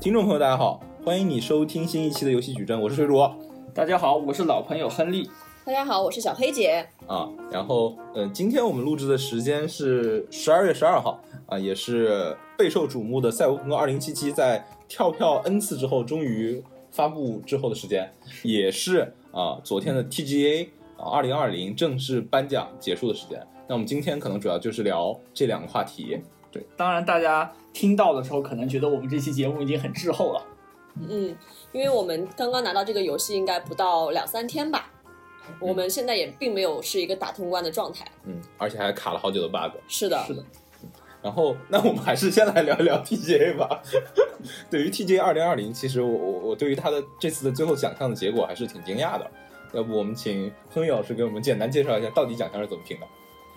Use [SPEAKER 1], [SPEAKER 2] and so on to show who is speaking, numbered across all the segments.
[SPEAKER 1] 听众朋友，大家好，欢迎你收听新一期的游戏矩阵，我是水煮
[SPEAKER 2] 大家好，我是老朋友亨利。
[SPEAKER 3] 大家好，我是小黑姐。
[SPEAKER 1] 啊。然后，呃，今天我们录制的时间是十二月十二号啊，也是备受瞩目的《赛博朋克二零七七》在跳票 N 次之后，终于发布之后的时间，也是啊昨天的 TGA 啊二零二零正式颁奖结束的时间。那我们今天可能主要就是聊这两个话题。
[SPEAKER 2] 当然，大家听到的时候可能觉得我们这期节目已经很滞后了，
[SPEAKER 3] 嗯，因为我们刚刚拿到这个游戏，应该不到两三天吧。我们现在也并没有是一个打通关的状态。
[SPEAKER 1] 嗯，而且还卡了好久的 bug。
[SPEAKER 3] 是的，
[SPEAKER 2] 是的，
[SPEAKER 1] 然后，那我们还是先来聊一聊 TGA 吧。对于 TGA 二零二零，其实我我我对于它的这次的最后奖项的结果还是挺惊讶的。要不我们请亨宇老师给我们简单介绍一下，到底奖项是怎么评的？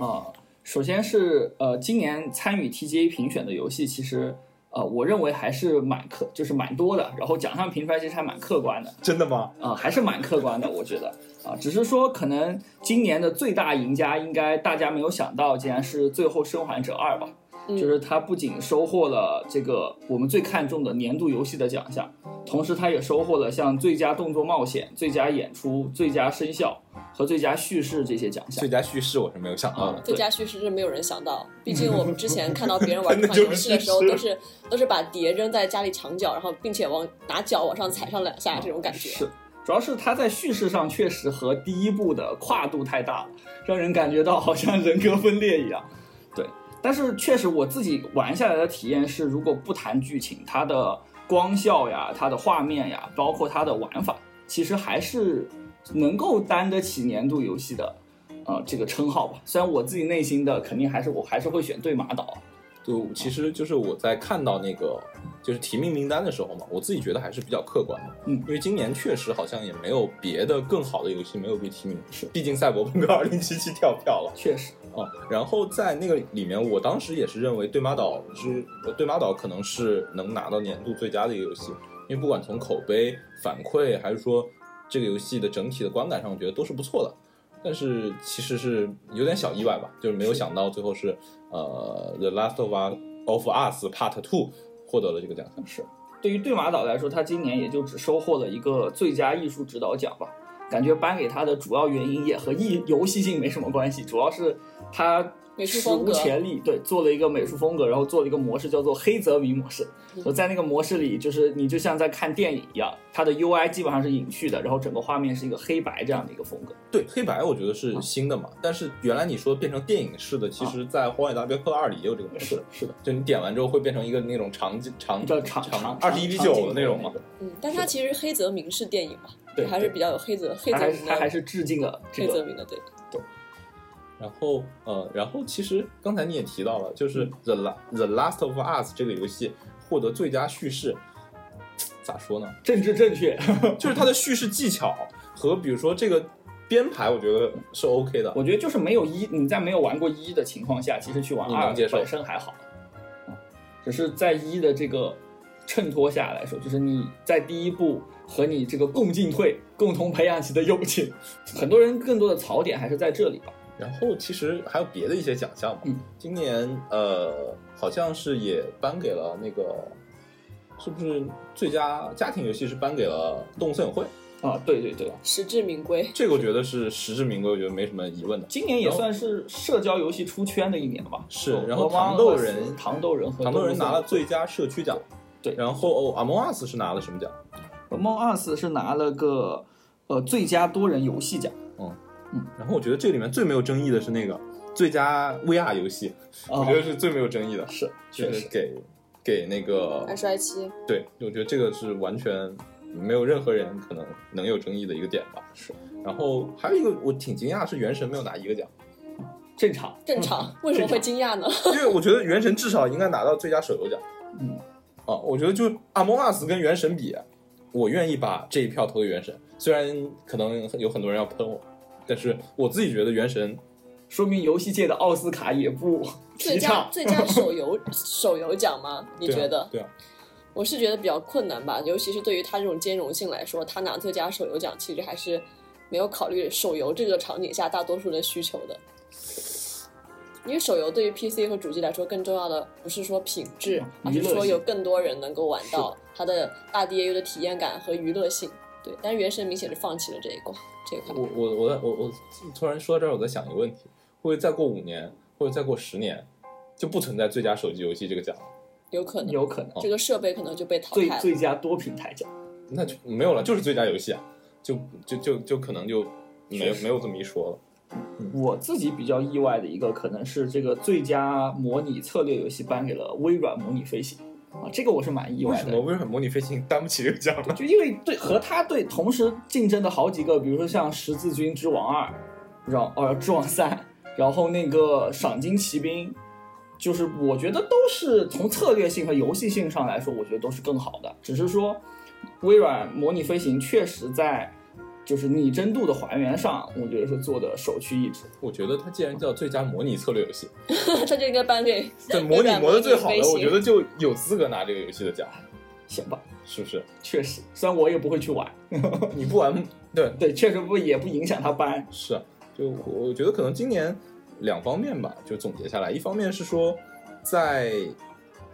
[SPEAKER 2] 啊、首先是呃，今年参与 TGA 评选的游戏，其实呃，我认为还是蛮客，就是蛮多的。然后奖项评出来其实还蛮客观的
[SPEAKER 1] 真的吗？
[SPEAKER 2] 啊、还是蛮客观的，我觉得啊、只是说可能今年的最大赢家，应该大家没有想到，竟然是《最后生还者二》吧。
[SPEAKER 3] 嗯
[SPEAKER 2] 就是它不仅收获了这个我们最看重的年度游戏的奖项，同时它也收获了像最佳动作冒险、最佳演出、最佳声效和最佳叙事这些奖项
[SPEAKER 1] 最。佳叙事我是没有想到的。
[SPEAKER 2] 啊
[SPEAKER 3] 最佳叙事真没有人想到，毕竟我们之前看到别人玩这
[SPEAKER 1] 那
[SPEAKER 3] 款
[SPEAKER 1] 就是
[SPEAKER 3] 游戏 的时候，
[SPEAKER 1] 叙事
[SPEAKER 3] 都是都是把碟扔在家里墙角，然后并且往拿脚往上踩上两下啊这种感觉。
[SPEAKER 2] 是，主要是它在叙事上确实和第一部的跨度太大了，让人感觉到好像人格分裂一样。对，但是确实我自己玩下来的体验是，如果不谈剧情，它的光效呀、它的画面呀，包括它的玩法，其实还是能够担得起年度游戏的。呃，这个称号吧，虽然我自己内心的肯定还是我还是会选对马岛，
[SPEAKER 1] 就其实就是我在看到那个就是提名名单的时候嘛，我自己觉得还是比较客观的。
[SPEAKER 2] 嗯
[SPEAKER 1] 因为今年确实好像也没有别的更好的游戏没有被提名，毕竟《赛博朋克二零七七》跳票了。
[SPEAKER 2] 确实，
[SPEAKER 1] 哦，然后在那个里面，我当时也是认为《对马岛》是呃《对马岛》可能是能拿到年度最佳的一个游戏，因为不管从口碑反馈，还是说这个游戏的整体的观感上，我觉得都是不错的。但是其实是有点小意外吧，就是没有想到最后是呃《The Last of Us of Us Part Two》获得了这个奖项。
[SPEAKER 2] 是，对于对马岛来说，他今年也就只收获了一个最佳艺术指导奖吧。感觉颁给他的主要原因也和艺游戏性没什么关系，主要是他
[SPEAKER 3] 美术
[SPEAKER 2] 史
[SPEAKER 3] 风
[SPEAKER 2] 无
[SPEAKER 3] 格
[SPEAKER 2] 前例，对，做了一个美术风格，然后做了一个模式叫做黑泽明模式。
[SPEAKER 3] 嗯
[SPEAKER 2] 我在那个模式里，就是你就像在看电影一样，它的 UI 基本上是隐去的，然后整个画面是一个黑白这样的一个风格。
[SPEAKER 1] 对黑白，我觉得是新的嘛，但是原来你说变成电影式的，其实在《荒野大镖客二》里也有这个模式。
[SPEAKER 2] 是的，
[SPEAKER 1] 就你点完之后会变成一个那种长长
[SPEAKER 2] 叫长
[SPEAKER 1] 长
[SPEAKER 2] 长
[SPEAKER 1] 二十一比九的那种嘛
[SPEAKER 2] 嘛，。
[SPEAKER 3] 嗯，但它其实黑泽明是电影嘛，
[SPEAKER 2] 对，
[SPEAKER 3] 还是比较有黑泽黑
[SPEAKER 2] 他
[SPEAKER 3] 泽
[SPEAKER 2] 还
[SPEAKER 3] 明
[SPEAKER 2] 是他还
[SPEAKER 3] 的
[SPEAKER 2] 是致敬了这
[SPEAKER 3] 黑泽
[SPEAKER 2] 个
[SPEAKER 3] 明的对。
[SPEAKER 1] 然后呃，然后其实刚才你也提到了，就是《The La The Last of Us》这个游戏获得最佳叙事，咋说呢？
[SPEAKER 2] 政治正确。
[SPEAKER 1] 就是它的叙事技巧和比如说这个编排，我觉得是 OK 的。
[SPEAKER 2] 我觉得就是没有一，你在没有玩过一的情况下，其实去玩
[SPEAKER 1] 你嗯能
[SPEAKER 2] 二
[SPEAKER 1] 接受
[SPEAKER 2] 本身还好，嗯只是在一的这个衬托下来说，就是你在第一步和你这个共进退，共同培养起的友情， 很多人更多的槽点还是在这里吧。
[SPEAKER 1] 然后其实还有别的一些奖项嘛，
[SPEAKER 2] 嗯
[SPEAKER 1] 今年呃好像是也颁给了那个，是不是最佳家庭游戏是颁给了《动物森友会》？
[SPEAKER 2] 啊，对对对，
[SPEAKER 3] 实至名归，
[SPEAKER 1] 这个我觉得是实至名归，我觉得没什么疑问的。
[SPEAKER 2] 今年也算是社交游戏出圈的一年吧。
[SPEAKER 1] 是
[SPEAKER 2] 哦
[SPEAKER 1] 然后
[SPEAKER 2] 我忘
[SPEAKER 1] 糖豆
[SPEAKER 2] 了
[SPEAKER 1] 人
[SPEAKER 2] 糖豆人和
[SPEAKER 1] 糖豆人拿了最
[SPEAKER 2] 《
[SPEAKER 1] 佳社区奖，
[SPEAKER 2] 对
[SPEAKER 1] 然后哦，Among Us 是拿了什么奖？
[SPEAKER 2] Among Us》是拿了个呃最佳多人游戏奖
[SPEAKER 1] 然后我觉得这里面最没有争议的是那个最佳 VR 游戏，
[SPEAKER 2] 啊
[SPEAKER 1] 我觉得是最没有争议的，
[SPEAKER 2] 是
[SPEAKER 1] 就
[SPEAKER 2] 哦确
[SPEAKER 1] 是
[SPEAKER 2] 实。
[SPEAKER 1] 给给那个
[SPEAKER 3] 二衰期。
[SPEAKER 1] 对，我觉得这个是完全没有任何人可能能有争议的一个点吧。
[SPEAKER 2] 是，
[SPEAKER 1] 然后还有一个我挺惊讶是《原神》没有拿一个奖，
[SPEAKER 2] 正常，
[SPEAKER 3] 嗯正常，为什么会惊讶呢？
[SPEAKER 1] 因为我觉得《原神》至少应该拿到最佳手游奖。
[SPEAKER 2] 嗯，
[SPEAKER 1] 啊，我觉得就《Among Us》跟《原神》比，我愿意把这一票投给《原神》，虽然可能有很多人要喷我，但是我自己觉得《原神》
[SPEAKER 2] 说明游戏界的奥斯卡也不
[SPEAKER 3] 最
[SPEAKER 2] 提
[SPEAKER 3] 佳
[SPEAKER 2] 倡。
[SPEAKER 3] 最佳手游 手游奖吗？你
[SPEAKER 1] 对啊
[SPEAKER 3] 觉得？
[SPEAKER 1] 对啊，
[SPEAKER 3] 我是觉得比较困难吧，尤其是对于它这种兼容性来说，它拿最佳手游奖其实还是没有考虑手游这个场景下大多数人需求的。因为手游对于 PC 和主机来说，更重要的不是说品质，
[SPEAKER 2] 嗯
[SPEAKER 3] 而
[SPEAKER 2] 娱乐
[SPEAKER 3] 是
[SPEAKER 2] 性
[SPEAKER 3] 说有更多人能够玩到它的大 DAU 的体验感和娱乐性。对，但是原神明显是放弃了这一块，这一块。
[SPEAKER 1] 我我我在我我突然说到这儿，我在想一个问题：会不会再过五年，或者再过十年，就不存在最佳手机游戏这个奖了？
[SPEAKER 3] 有可能
[SPEAKER 2] 有可能
[SPEAKER 1] 哦
[SPEAKER 3] 这个设备可能就被淘
[SPEAKER 2] 最
[SPEAKER 3] 汰了。
[SPEAKER 2] 最佳多平台奖。
[SPEAKER 1] 那就没有了，就是最佳游戏啊，就就就就可能就没有
[SPEAKER 2] 确实
[SPEAKER 1] 没有这么一说了。嗯
[SPEAKER 2] 我自己比较意外的一个，可能是这个最佳模拟策略游戏颁给了微软模拟飞行啊，这个我是蛮意
[SPEAKER 1] 为
[SPEAKER 2] 外
[SPEAKER 1] 什么
[SPEAKER 2] 的。
[SPEAKER 1] 微软模拟飞行 担不起这个奖呢？
[SPEAKER 2] 就因为对和它对同时竞争的好几个，比如说像《十字军之王二》，然后呃《之王三》，然后那个《赏金骑兵》，就是我觉得都是从策略性和游戏性上来说，我觉得都是更好的。只是说，微软模拟飞行确实在就是拟真度的还原上，我觉得是做的首屈一指。
[SPEAKER 1] 我觉得它既然叫最佳模拟策略游戏，
[SPEAKER 3] 它就应该颁给
[SPEAKER 1] 在模拟模的最好
[SPEAKER 3] 微
[SPEAKER 1] 的，
[SPEAKER 3] 软模
[SPEAKER 1] 我
[SPEAKER 3] 拟飞行
[SPEAKER 1] 觉得就有资格拿这个游戏的奖，
[SPEAKER 2] 行吧，
[SPEAKER 1] 是不是？
[SPEAKER 2] 确实，虽然我也不会去玩，
[SPEAKER 1] 你不玩，对，
[SPEAKER 2] 对，确实不也不影响他搬。
[SPEAKER 1] 是啊，就我我觉得可能今年两方面吧，就总结下来，一方面是说在，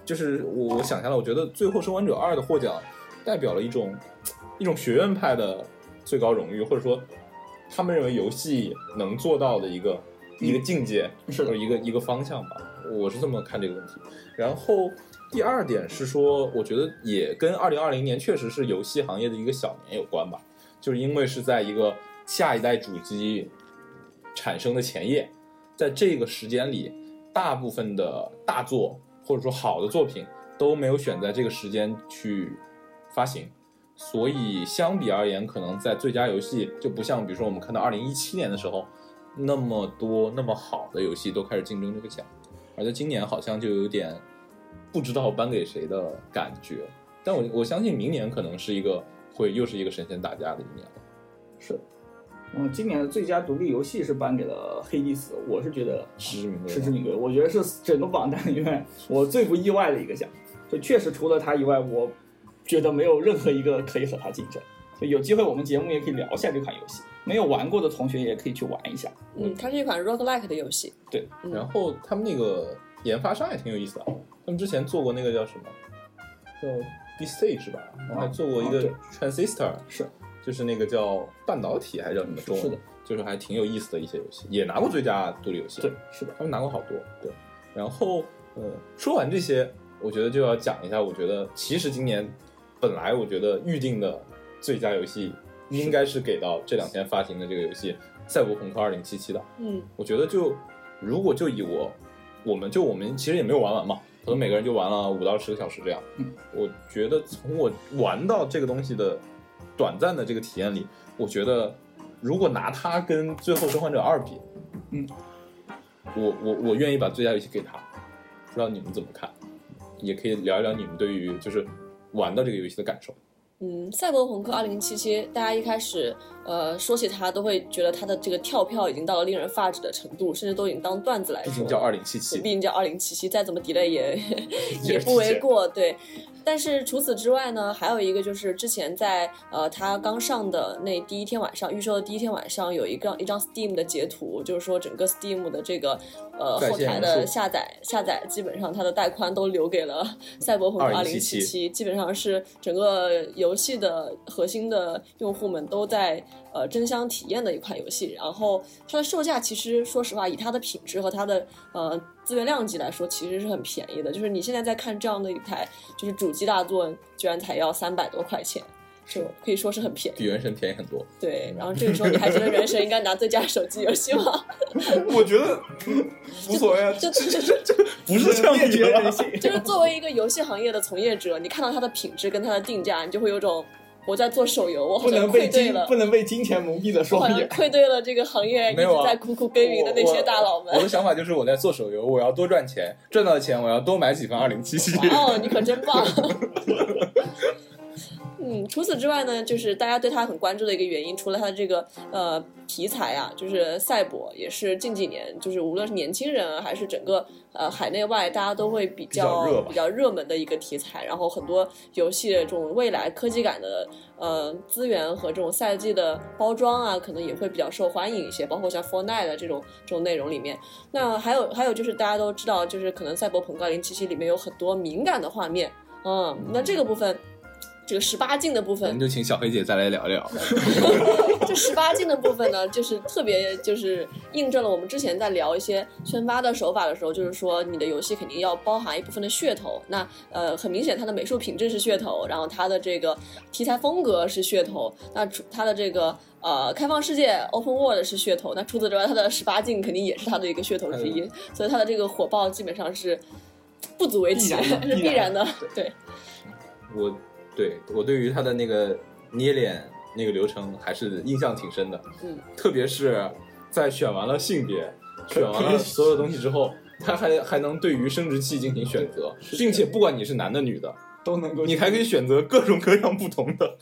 [SPEAKER 1] 就是我我想下来，我觉得最后《生还者二》的获奖代表了一种一种学院派的最高荣誉，或者说他们认为游戏能做到的一个、一个境界，
[SPEAKER 2] 嗯是
[SPEAKER 1] 或者
[SPEAKER 2] 的，
[SPEAKER 1] 一个一个方向吧，我是这么看这个问题。然后第二点是说，我觉得也跟二零二零年确实是游戏行业的一个小年有关吧，就是因为是在一个下一代主机产生的前夜，在这个时间里，大部分的大作或者说好的作品都没有选在这个时间去发行。所以相比而言，可能在最佳游戏就不像，比如说我们看到二零一七年的时候，那么多那么好的游戏都开始竞争这个奖，而在今年好像就有点不知道颁给谁的感觉。但我我相信明年可能是一个会又是一个神仙打架的一年了。
[SPEAKER 2] 是。嗯，今年的最佳独立游戏是颁给了《黑帝斯》，我是觉得
[SPEAKER 1] 实至名归
[SPEAKER 2] 实至名归，我觉得是整个榜单里面我最不意外的一个奖。就确实除了它以外，我觉得没有任何一个可以和它竞争。就有机会我们节目也可以聊一下这款游戏，没有玩过的同学也可以去玩一下。
[SPEAKER 3] 嗯，它是一款 roguelike 的游戏。
[SPEAKER 2] 对，
[SPEAKER 3] 嗯、
[SPEAKER 1] 然后他们那个研发商也挺有意思的，啊他们之前做过那个叫什么，叫 B Stage 吧，然后还做过一
[SPEAKER 2] 啊
[SPEAKER 1] 个
[SPEAKER 2] 对
[SPEAKER 1] Transistor，、
[SPEAKER 2] 是
[SPEAKER 1] 就是那个叫半导体还是叫什么中文？
[SPEAKER 2] 是的，
[SPEAKER 1] 就是还挺有意思的一些游戏，也拿过最佳独立游戏。
[SPEAKER 2] 对，，是的，
[SPEAKER 1] 他们拿过好多。对，然后呃，说完这些，我觉得就要讲一下，我觉得其实今年本来我觉得预定的最佳游戏应该是给到这两天发行的这个游戏《赛博朋克2077》的。
[SPEAKER 3] 嗯，
[SPEAKER 1] 我觉得就如果就以我，我们就我们其实也没有玩完嘛，可能每个人就玩了五到十个小时这样。
[SPEAKER 2] 嗯，
[SPEAKER 1] 我觉得从我玩到这个东西的短暂的这个体验里，我觉得如果拿它跟《最后生还者二》比，
[SPEAKER 2] 嗯，
[SPEAKER 1] 我我我愿意把最佳游戏给它。不知道你们怎么看，也可以聊一聊你们对于就是玩到这个游戏的感受。
[SPEAKER 3] 嗯，赛博朋克二零七七，大家一开始呃说起它，都会觉得它的这个跳票已经到了令人发指的程度，甚至都已经当段子来
[SPEAKER 1] 毕
[SPEAKER 3] 说
[SPEAKER 1] 竟
[SPEAKER 3] 了。
[SPEAKER 1] 叫二零七七
[SPEAKER 3] 毕，竟叫二零七七，再怎么 delay 也
[SPEAKER 1] 也
[SPEAKER 3] 也不为
[SPEAKER 1] 是
[SPEAKER 3] 过。对，但是除此之外呢，还有一个就是之前在呃它刚上的那第一天晚上，预售的第一天晚上有一个一张 Steam 的截图，就是说整个 Steam 的这个呃
[SPEAKER 1] 在线
[SPEAKER 3] 后台
[SPEAKER 1] 人
[SPEAKER 3] 的
[SPEAKER 1] 数
[SPEAKER 3] 下载下载，基本上它的带宽都留给了赛博朋克二零七七，
[SPEAKER 1] 2077
[SPEAKER 3] 基本上是整个游戏的核心的用户们都在呃争相体验的一款游戏。然后它的售价其实说实话，以它的品质和它的呃资源量级来说，其实是很便宜的。就是你现在在看这样的一台就是主机大作，居然才要三百多块钱。是可以说是很便宜，
[SPEAKER 1] 比原神便宜很多。
[SPEAKER 3] 对。然后这个时候你还觉得原神应该拿最佳手机游戏吗？
[SPEAKER 1] 我觉得无所谓啊，
[SPEAKER 3] 就就是
[SPEAKER 1] 不是这样
[SPEAKER 2] 灭
[SPEAKER 1] 比
[SPEAKER 2] 绝
[SPEAKER 1] 的
[SPEAKER 2] 人
[SPEAKER 1] 啦。
[SPEAKER 2] 性。
[SPEAKER 3] 就是作为一个游戏行业的从业者，你看到它的品质跟它的定价，你就会有种我在做手游，我 好
[SPEAKER 2] 不
[SPEAKER 3] 像
[SPEAKER 2] 能被
[SPEAKER 3] 愧对
[SPEAKER 2] 金
[SPEAKER 3] 了
[SPEAKER 2] 不，能被金钱蒙蔽了
[SPEAKER 3] 我
[SPEAKER 2] 双
[SPEAKER 3] 好像
[SPEAKER 2] 眼。
[SPEAKER 3] 愧对了这个行业一
[SPEAKER 1] 没有
[SPEAKER 3] 直
[SPEAKER 1] 啊
[SPEAKER 3] 在苦苦耕耘的那些大佬们
[SPEAKER 1] 我。我的想法就是我在做手游，我要多赚
[SPEAKER 3] 哦
[SPEAKER 1] 钱，赚到钱我要多买几份二零七七。
[SPEAKER 3] 哇哦，你可真棒！嗯，除此之外呢，就是大家对它很关注的一个原因，除了它这个呃题材啊，就是赛博，也是近几年就是无论是年轻人啊还是整个呃海内外，大家都会比较
[SPEAKER 1] 比较热吧
[SPEAKER 3] 比较热门的一个题材。然后很多游戏的这种未来科技感的呃资源和这种赛季的包装啊，可能也会比较受欢迎一些，包括像 Fortnite 的这种这种内容里面。那还有还有就是大家都知道，就是可能《赛博朋克2077》里面有很多敏感的画面，嗯，那这个部分，这个十八禁的部
[SPEAKER 1] 我们
[SPEAKER 3] 分，
[SPEAKER 1] 就请小黑姐再来聊聊。
[SPEAKER 3] 这十八禁的部分呢，就是特别就是印证了我们之前在聊一些宣发的手法的时候，就是说你的游戏肯定要包含一部分的噱头。那呃，很明显它的美术品质是噱头，然后它的这个题材风格是噱头，那除它的这个。呃，开放世界 （Open World） 是噱头，那除此之外，它的十八禁肯定也是它的一个噱头之
[SPEAKER 2] 嗯
[SPEAKER 3] 一，所以它的这个火爆基本上是不足为奇，
[SPEAKER 2] 必然的
[SPEAKER 3] 是必然的。对，
[SPEAKER 1] 我对我对于他的那个捏脸那个流程还是印象挺深的，
[SPEAKER 3] 嗯，
[SPEAKER 1] 特别是在选完了性别、选完了所有东西之后，他还还能对于生殖器进行选择，并且不管你是男的女的，
[SPEAKER 2] 都能够
[SPEAKER 1] 你还可以选择各种各样不同的。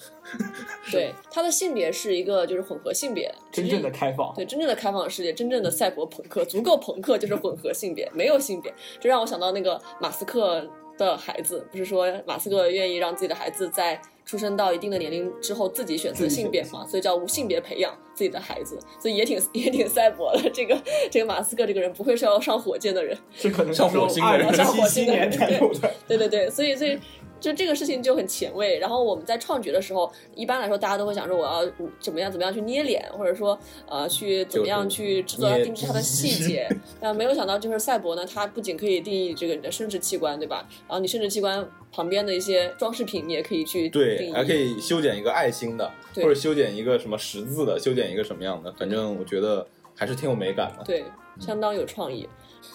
[SPEAKER 3] 对，它的性别是一个就是混合性别，
[SPEAKER 2] 真正的开放。
[SPEAKER 3] 对真正的开放世界，真正的赛博朋克，足够朋克就是混合性别，没有性别，这让我想到那个马斯克的孩子，不是说马斯克愿意让自己的孩子在出生到一定的年龄之后自己选择性别嘛，所以叫无性别培养自己的孩子，所以也挺 也挺赛博的。这个这个马斯克这个人不愧是要上火箭的人，
[SPEAKER 2] 这可能
[SPEAKER 1] 上火星
[SPEAKER 2] 二
[SPEAKER 1] 的
[SPEAKER 2] 零
[SPEAKER 1] 人
[SPEAKER 2] 七七年才有的。
[SPEAKER 3] 对对对，所以所以就这个事情就很前卫。然后我们在创举的时候，一般来说大家都会想说我要怎么样怎么样去捏脸，或者说呃去怎么样去制作
[SPEAKER 1] 捏
[SPEAKER 3] 定制它的细节。
[SPEAKER 1] 嗯
[SPEAKER 3] 但没有想到就是赛博呢，它不仅可以定义这个你的生殖器官，对吧？然后你生殖器官旁边的一些装饰品，你也可以去定
[SPEAKER 1] 对，
[SPEAKER 3] 义。
[SPEAKER 1] 还可以修剪一个爱心的，或
[SPEAKER 3] 对
[SPEAKER 1] 者修剪一个什么十字的，修剪一个什么样的，反正我觉得还是挺有美感的。
[SPEAKER 3] 对，相当有创意。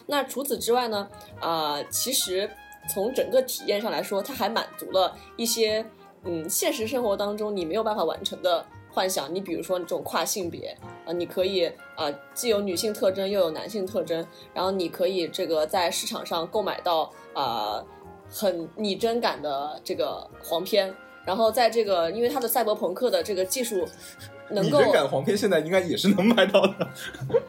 [SPEAKER 3] 那除此之外呢？啊、其实从整个体验上来说，它还满足了一些嗯现实生活当中你没有办法完成的幻想。你比如说这种跨性别啊、你可以啊、既有女性特征又有男性特征，然后你可以这个在市场上购买到啊、很拟真感的这个黄片。然后在这个，因为它的赛博朋克的这个技术，能
[SPEAKER 1] 你
[SPEAKER 3] 够
[SPEAKER 1] 这感黄片现在应该也是能买到的，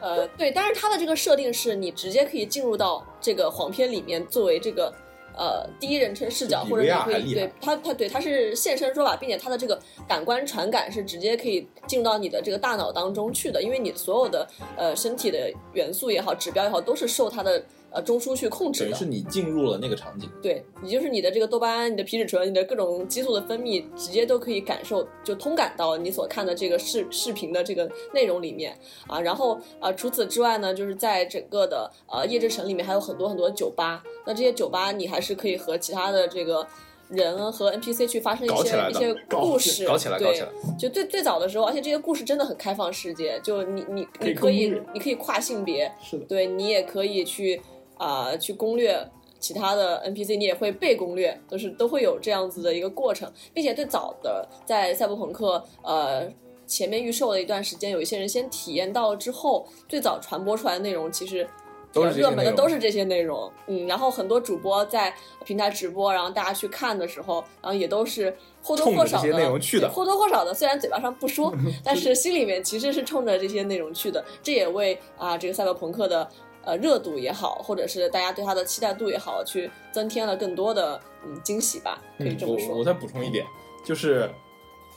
[SPEAKER 3] 呃，对，但是它的这个设定是你直接可以进入到这个黄片里面，作为这个呃第一人称视角，
[SPEAKER 1] 比
[SPEAKER 3] 或者你
[SPEAKER 1] VR
[SPEAKER 3] 可
[SPEAKER 1] 还
[SPEAKER 3] 以
[SPEAKER 1] 厉害
[SPEAKER 3] 对它它对它是现身说法，并且它的这个感官传感是直接可以进入到你的这个大脑当中去的，因为你所有的呃身体的元素也好，指标也好，都是受它的呃中枢去控制
[SPEAKER 1] 等于
[SPEAKER 3] 的
[SPEAKER 1] 是。你进入了那个场景。
[SPEAKER 3] 对，也就是你的这个多巴胺、你的皮质醇、你的各种激素的分泌，直接都可以感受，就通感到你所看的这个视视频的这个内容里面啊。然后啊，除此之外呢，就是在整个的呃夜之城里面还有很多很多酒吧，那这些酒吧你还是可以和其他的这个。人和 NPC 去发生一
[SPEAKER 1] 搞起
[SPEAKER 3] 些
[SPEAKER 1] 来
[SPEAKER 3] 一
[SPEAKER 1] 的
[SPEAKER 3] 些
[SPEAKER 2] 搞
[SPEAKER 3] 故
[SPEAKER 2] 起
[SPEAKER 3] 事，
[SPEAKER 1] 搞起来，
[SPEAKER 3] 对
[SPEAKER 1] 搞起来！
[SPEAKER 3] 就最最早的时候，而且这些故事真的很开放世界，就你你
[SPEAKER 2] 可以
[SPEAKER 3] 你可
[SPEAKER 2] 攻
[SPEAKER 3] 以
[SPEAKER 2] 略
[SPEAKER 3] 你可以跨性别，
[SPEAKER 2] 是的，
[SPEAKER 3] 对你也可以去啊、去攻略其他的 NPC，你也会被攻略，都是都会有这样子的一个过程，并且最早的在赛博朋克呃前面预售的一段时间，有一些人先体验到了之后，最早传播出来的内容其实。比
[SPEAKER 1] 都
[SPEAKER 3] 较
[SPEAKER 1] 是这些
[SPEAKER 3] 热门的
[SPEAKER 1] 内容
[SPEAKER 3] 都是这些内容，嗯，然后很多主播在平台直播，然后大家去看的时候，然后也都是或多
[SPEAKER 1] 冲着
[SPEAKER 3] 或少
[SPEAKER 1] 这
[SPEAKER 3] 的
[SPEAKER 1] 些内容去的
[SPEAKER 3] 对或多或少的，虽然嘴巴上 不说，但是心里面其实是冲着这些内容去的。这也为啊、这个赛博朋克的呃热度也好，或者是大家对它的期待度也好，去增添了更多的嗯惊喜吧，可以
[SPEAKER 1] 嗯
[SPEAKER 3] 这么
[SPEAKER 1] 我
[SPEAKER 3] 说
[SPEAKER 1] 我。再补充一点，就是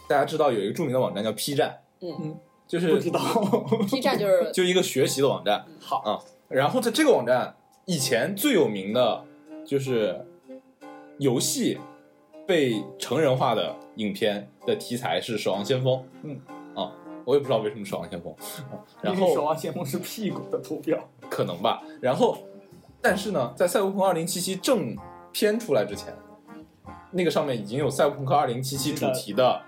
[SPEAKER 1] 大家知道有一个著名的网站叫 P 站，
[SPEAKER 3] 嗯
[SPEAKER 2] 嗯，
[SPEAKER 1] 就
[SPEAKER 2] 不知
[SPEAKER 1] 是
[SPEAKER 2] 道。
[SPEAKER 3] B 站就是
[SPEAKER 1] 就一个学习的网站。啊
[SPEAKER 2] 好，
[SPEAKER 1] 然后在这个网站以前最有名的就是游戏被成人化的影片的题材是《守望先锋》。
[SPEAKER 2] 嗯，
[SPEAKER 1] 啊，我也不知道为什么《守望先 锋》啊，然
[SPEAKER 2] 因为守
[SPEAKER 1] 后
[SPEAKER 2] 望先锋是屁股的图标，
[SPEAKER 1] 可能吧，然后但是呢，在《赛博朋克2077》正片出来之前，那个上面已经有《赛博朋克2077》主题的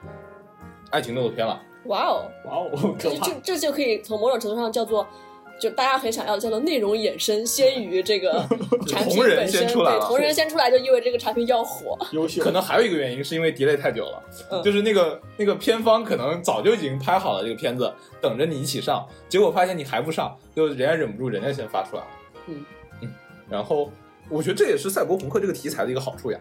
[SPEAKER 1] 爱情动作片了。
[SPEAKER 3] 哇哦，
[SPEAKER 2] 哇哦，
[SPEAKER 3] 这
[SPEAKER 2] 可怕
[SPEAKER 3] 这！这就可以从某种程度上叫做。就大家很想要的叫做内容衍生，先于这个 产品
[SPEAKER 1] 同人
[SPEAKER 3] 本身，
[SPEAKER 1] 先出来
[SPEAKER 3] 对，
[SPEAKER 1] 了
[SPEAKER 3] 同人先出来就意味着这个产品要火，
[SPEAKER 2] 优秀，
[SPEAKER 1] 可能还有一个原因是因为 delay 太久了，
[SPEAKER 3] 嗯
[SPEAKER 1] 就是那个那个片方可能早就已经拍好了这个片子，等着你一起上，结果发现你还不上，就人家忍不住，人家先发出来了。
[SPEAKER 3] 嗯
[SPEAKER 1] 嗯，然后我觉得这也是赛博朋克这个题材的一个好处呀，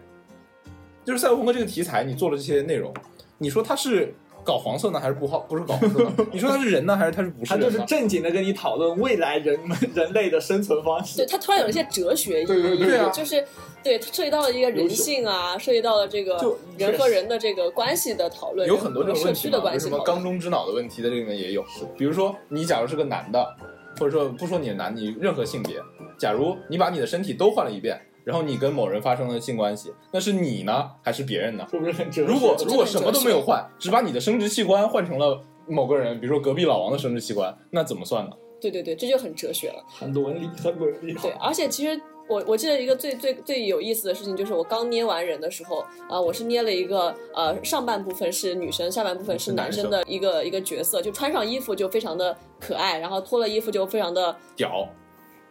[SPEAKER 1] 就是赛博朋克这个题材，你做了这些内容，你说它是搞黄色呢，还是不好不是搞黄色呢？你说它是人呢，还是它是不是
[SPEAKER 2] 他就
[SPEAKER 1] 人
[SPEAKER 2] 是
[SPEAKER 1] 呢？
[SPEAKER 2] 正经的跟你讨论未来人们 人类的生存方式。
[SPEAKER 3] 对他突然有一些哲学意义，
[SPEAKER 2] 对对对
[SPEAKER 1] 对啊
[SPEAKER 3] 就是对它涉及到了一个人性啊，涉及到了这个
[SPEAKER 2] 就
[SPEAKER 3] 人和人的这个关系的讨论，
[SPEAKER 1] 有很多这种
[SPEAKER 3] 社
[SPEAKER 1] 问题
[SPEAKER 3] 区
[SPEAKER 1] 嘛，
[SPEAKER 3] 的
[SPEAKER 1] 有
[SPEAKER 3] 关
[SPEAKER 1] 什
[SPEAKER 3] 系
[SPEAKER 1] 么
[SPEAKER 3] 讨
[SPEAKER 1] 缸
[SPEAKER 3] 论。
[SPEAKER 1] 中之脑的问题，在这里面也有。比如说，你假如是个男的，或者说不说你的男，你任何性别，假如你把你的身体都换了一遍，然后你跟某人发生了性关系，那是你呢，还是别人呢？
[SPEAKER 2] 会不会很哲学？
[SPEAKER 1] 如果
[SPEAKER 3] 这个
[SPEAKER 1] 如果什么都没有换，只把你的生殖器官换成了某个人，比如说隔壁老王的生殖器官，那怎么算呢？
[SPEAKER 3] 对对对，这就很哲学了。
[SPEAKER 2] 很伦理，很伦理。
[SPEAKER 3] 对，啊而且其实我我记得一个最最最有意思的事情，就是我刚捏完人的时候，啊、我是捏了一个呃上半部分是女生，下半部分是男生的一个一个角色，就穿上衣服就非常的可爱，然后脱了衣服就非常的
[SPEAKER 1] 屌，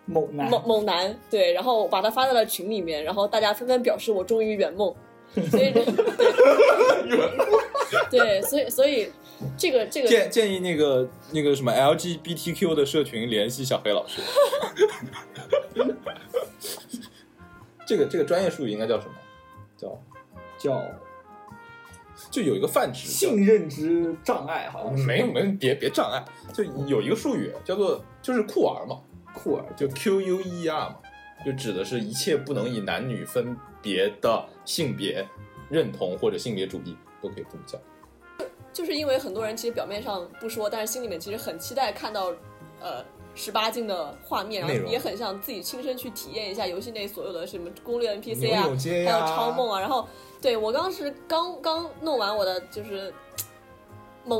[SPEAKER 2] 猛男，
[SPEAKER 3] 猛猛男，对，然后我把它发在了群里面，然后大家纷纷表示我终于圆梦，所以对，所以所以这个这个
[SPEAKER 1] 建建议那个那个什么 LGBTQ 的社群联系小黑老 师。这个这个专业术语应该叫什么？叫
[SPEAKER 2] 叫
[SPEAKER 1] 就有一个泛指叫，
[SPEAKER 2] 性认知障碍，好像是
[SPEAKER 1] 没没别别障碍，就有一个术语叫做就是酷儿嘛，
[SPEAKER 2] 酷儿
[SPEAKER 1] 就 Q U E R 嘛，就指的是一切不能以男女分别的性别认同或者性别主义都可以这么叫。
[SPEAKER 3] 就是因为很多人其实表面上不说，但是心里面其实很期待看到，呃，十八禁的画面，然
[SPEAKER 1] 内容
[SPEAKER 3] 后也很想自己亲身去体验一下游戏内所有的什么攻略 NPC
[SPEAKER 1] 扭
[SPEAKER 3] 啊
[SPEAKER 1] 扭，街
[SPEAKER 3] 还
[SPEAKER 1] 呀、
[SPEAKER 3] 有超梦啊。然后，对我当时刚刚弄完我的就是嘖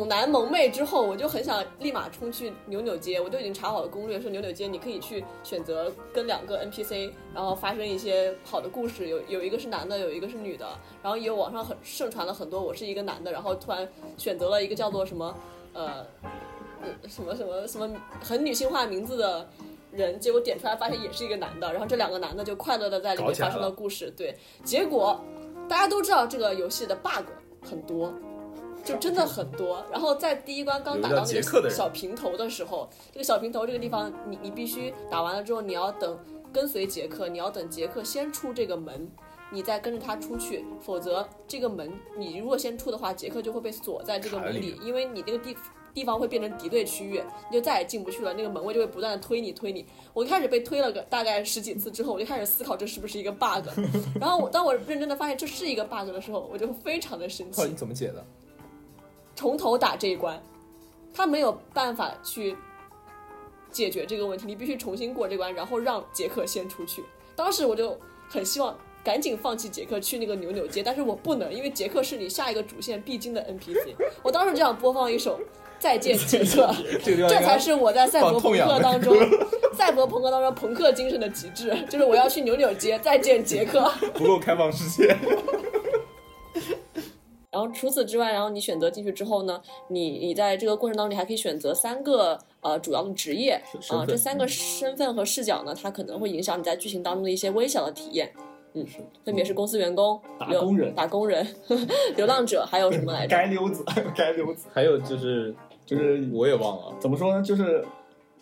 [SPEAKER 3] 猛男萌妹之后，我就很想立马冲去扭扭街，我就已经查好了攻略，说扭扭街你可以去选择跟两个 NPC，然后发生一些好的故事，有有一个是男的，有一个是女的，然后也有网上很盛传了很多，我是一个男的，然后突然选择了一个叫做什么呃。呃什么什么什么很女性化名字的人，结果点出来发现也是一个男的，然后这两个男的就快乐的在里
[SPEAKER 1] 搞
[SPEAKER 3] 面
[SPEAKER 1] 起来
[SPEAKER 3] 发生
[SPEAKER 1] 了
[SPEAKER 3] 了故事。对，结果大家都知道这个游戏的 bug 很多，就真的很多。然后在第一关刚打到
[SPEAKER 1] 有一个叫杰
[SPEAKER 3] 那
[SPEAKER 1] 克的
[SPEAKER 3] 个
[SPEAKER 1] 人
[SPEAKER 3] 小平头的时候，这个小平头这个地方，你你必须打完了之后，你要等跟随杰克，你要等杰克先出这个门。你再跟着他出去，否则这个门你如果先出的话，杰克就会被锁在这个
[SPEAKER 1] 卡在
[SPEAKER 3] 门
[SPEAKER 1] 里
[SPEAKER 3] 里，因为你这个地地方会变成敌对区域，你就再也进不去了。那个门卫就会不断的推你推你。我一开始被推了个大概十几次之后，我就开始思考这是不是一 个 bug。然后我当我认真的发现这是一个 bug 的时候，我就非常的生
[SPEAKER 1] 后来
[SPEAKER 3] 气
[SPEAKER 1] 你，怎么解的？
[SPEAKER 3] 从头打这一关。他没有办法去解决这个问题，你必须重新过这关，然后让杰克先出去。当时我就很希望赶紧放弃杰克去那个扭扭街，但是我不能，因为杰克是你下一个主线必经的 NPC。我当时就想播放一首《再见杰克》。
[SPEAKER 1] 这个地方应
[SPEAKER 3] 这
[SPEAKER 1] 该
[SPEAKER 3] 才是我在赛博朋克当中
[SPEAKER 1] 放，
[SPEAKER 3] 赛博朋克当中朋克精神的极致，就是我要去扭扭街，再见杰克。
[SPEAKER 1] 不够开放世 界。
[SPEAKER 3] 然后除此之外，然后你选择进去之后呢，你你在这个过程当中，你还可以选择三个呃主要的职业
[SPEAKER 1] 身身
[SPEAKER 3] 啊、
[SPEAKER 1] 份
[SPEAKER 3] 这三个身份和视角呢，它可能会影响你在剧情当中的一些微小的体验。嗯，分别是公司员工、
[SPEAKER 2] 打
[SPEAKER 3] 流
[SPEAKER 2] 工人
[SPEAKER 3] 打工人、 流浪者，还有什么来着？
[SPEAKER 2] 街溜子，街溜子
[SPEAKER 1] 还有就是
[SPEAKER 2] 就是
[SPEAKER 1] 我也忘了，
[SPEAKER 2] 怎么说呢？就是。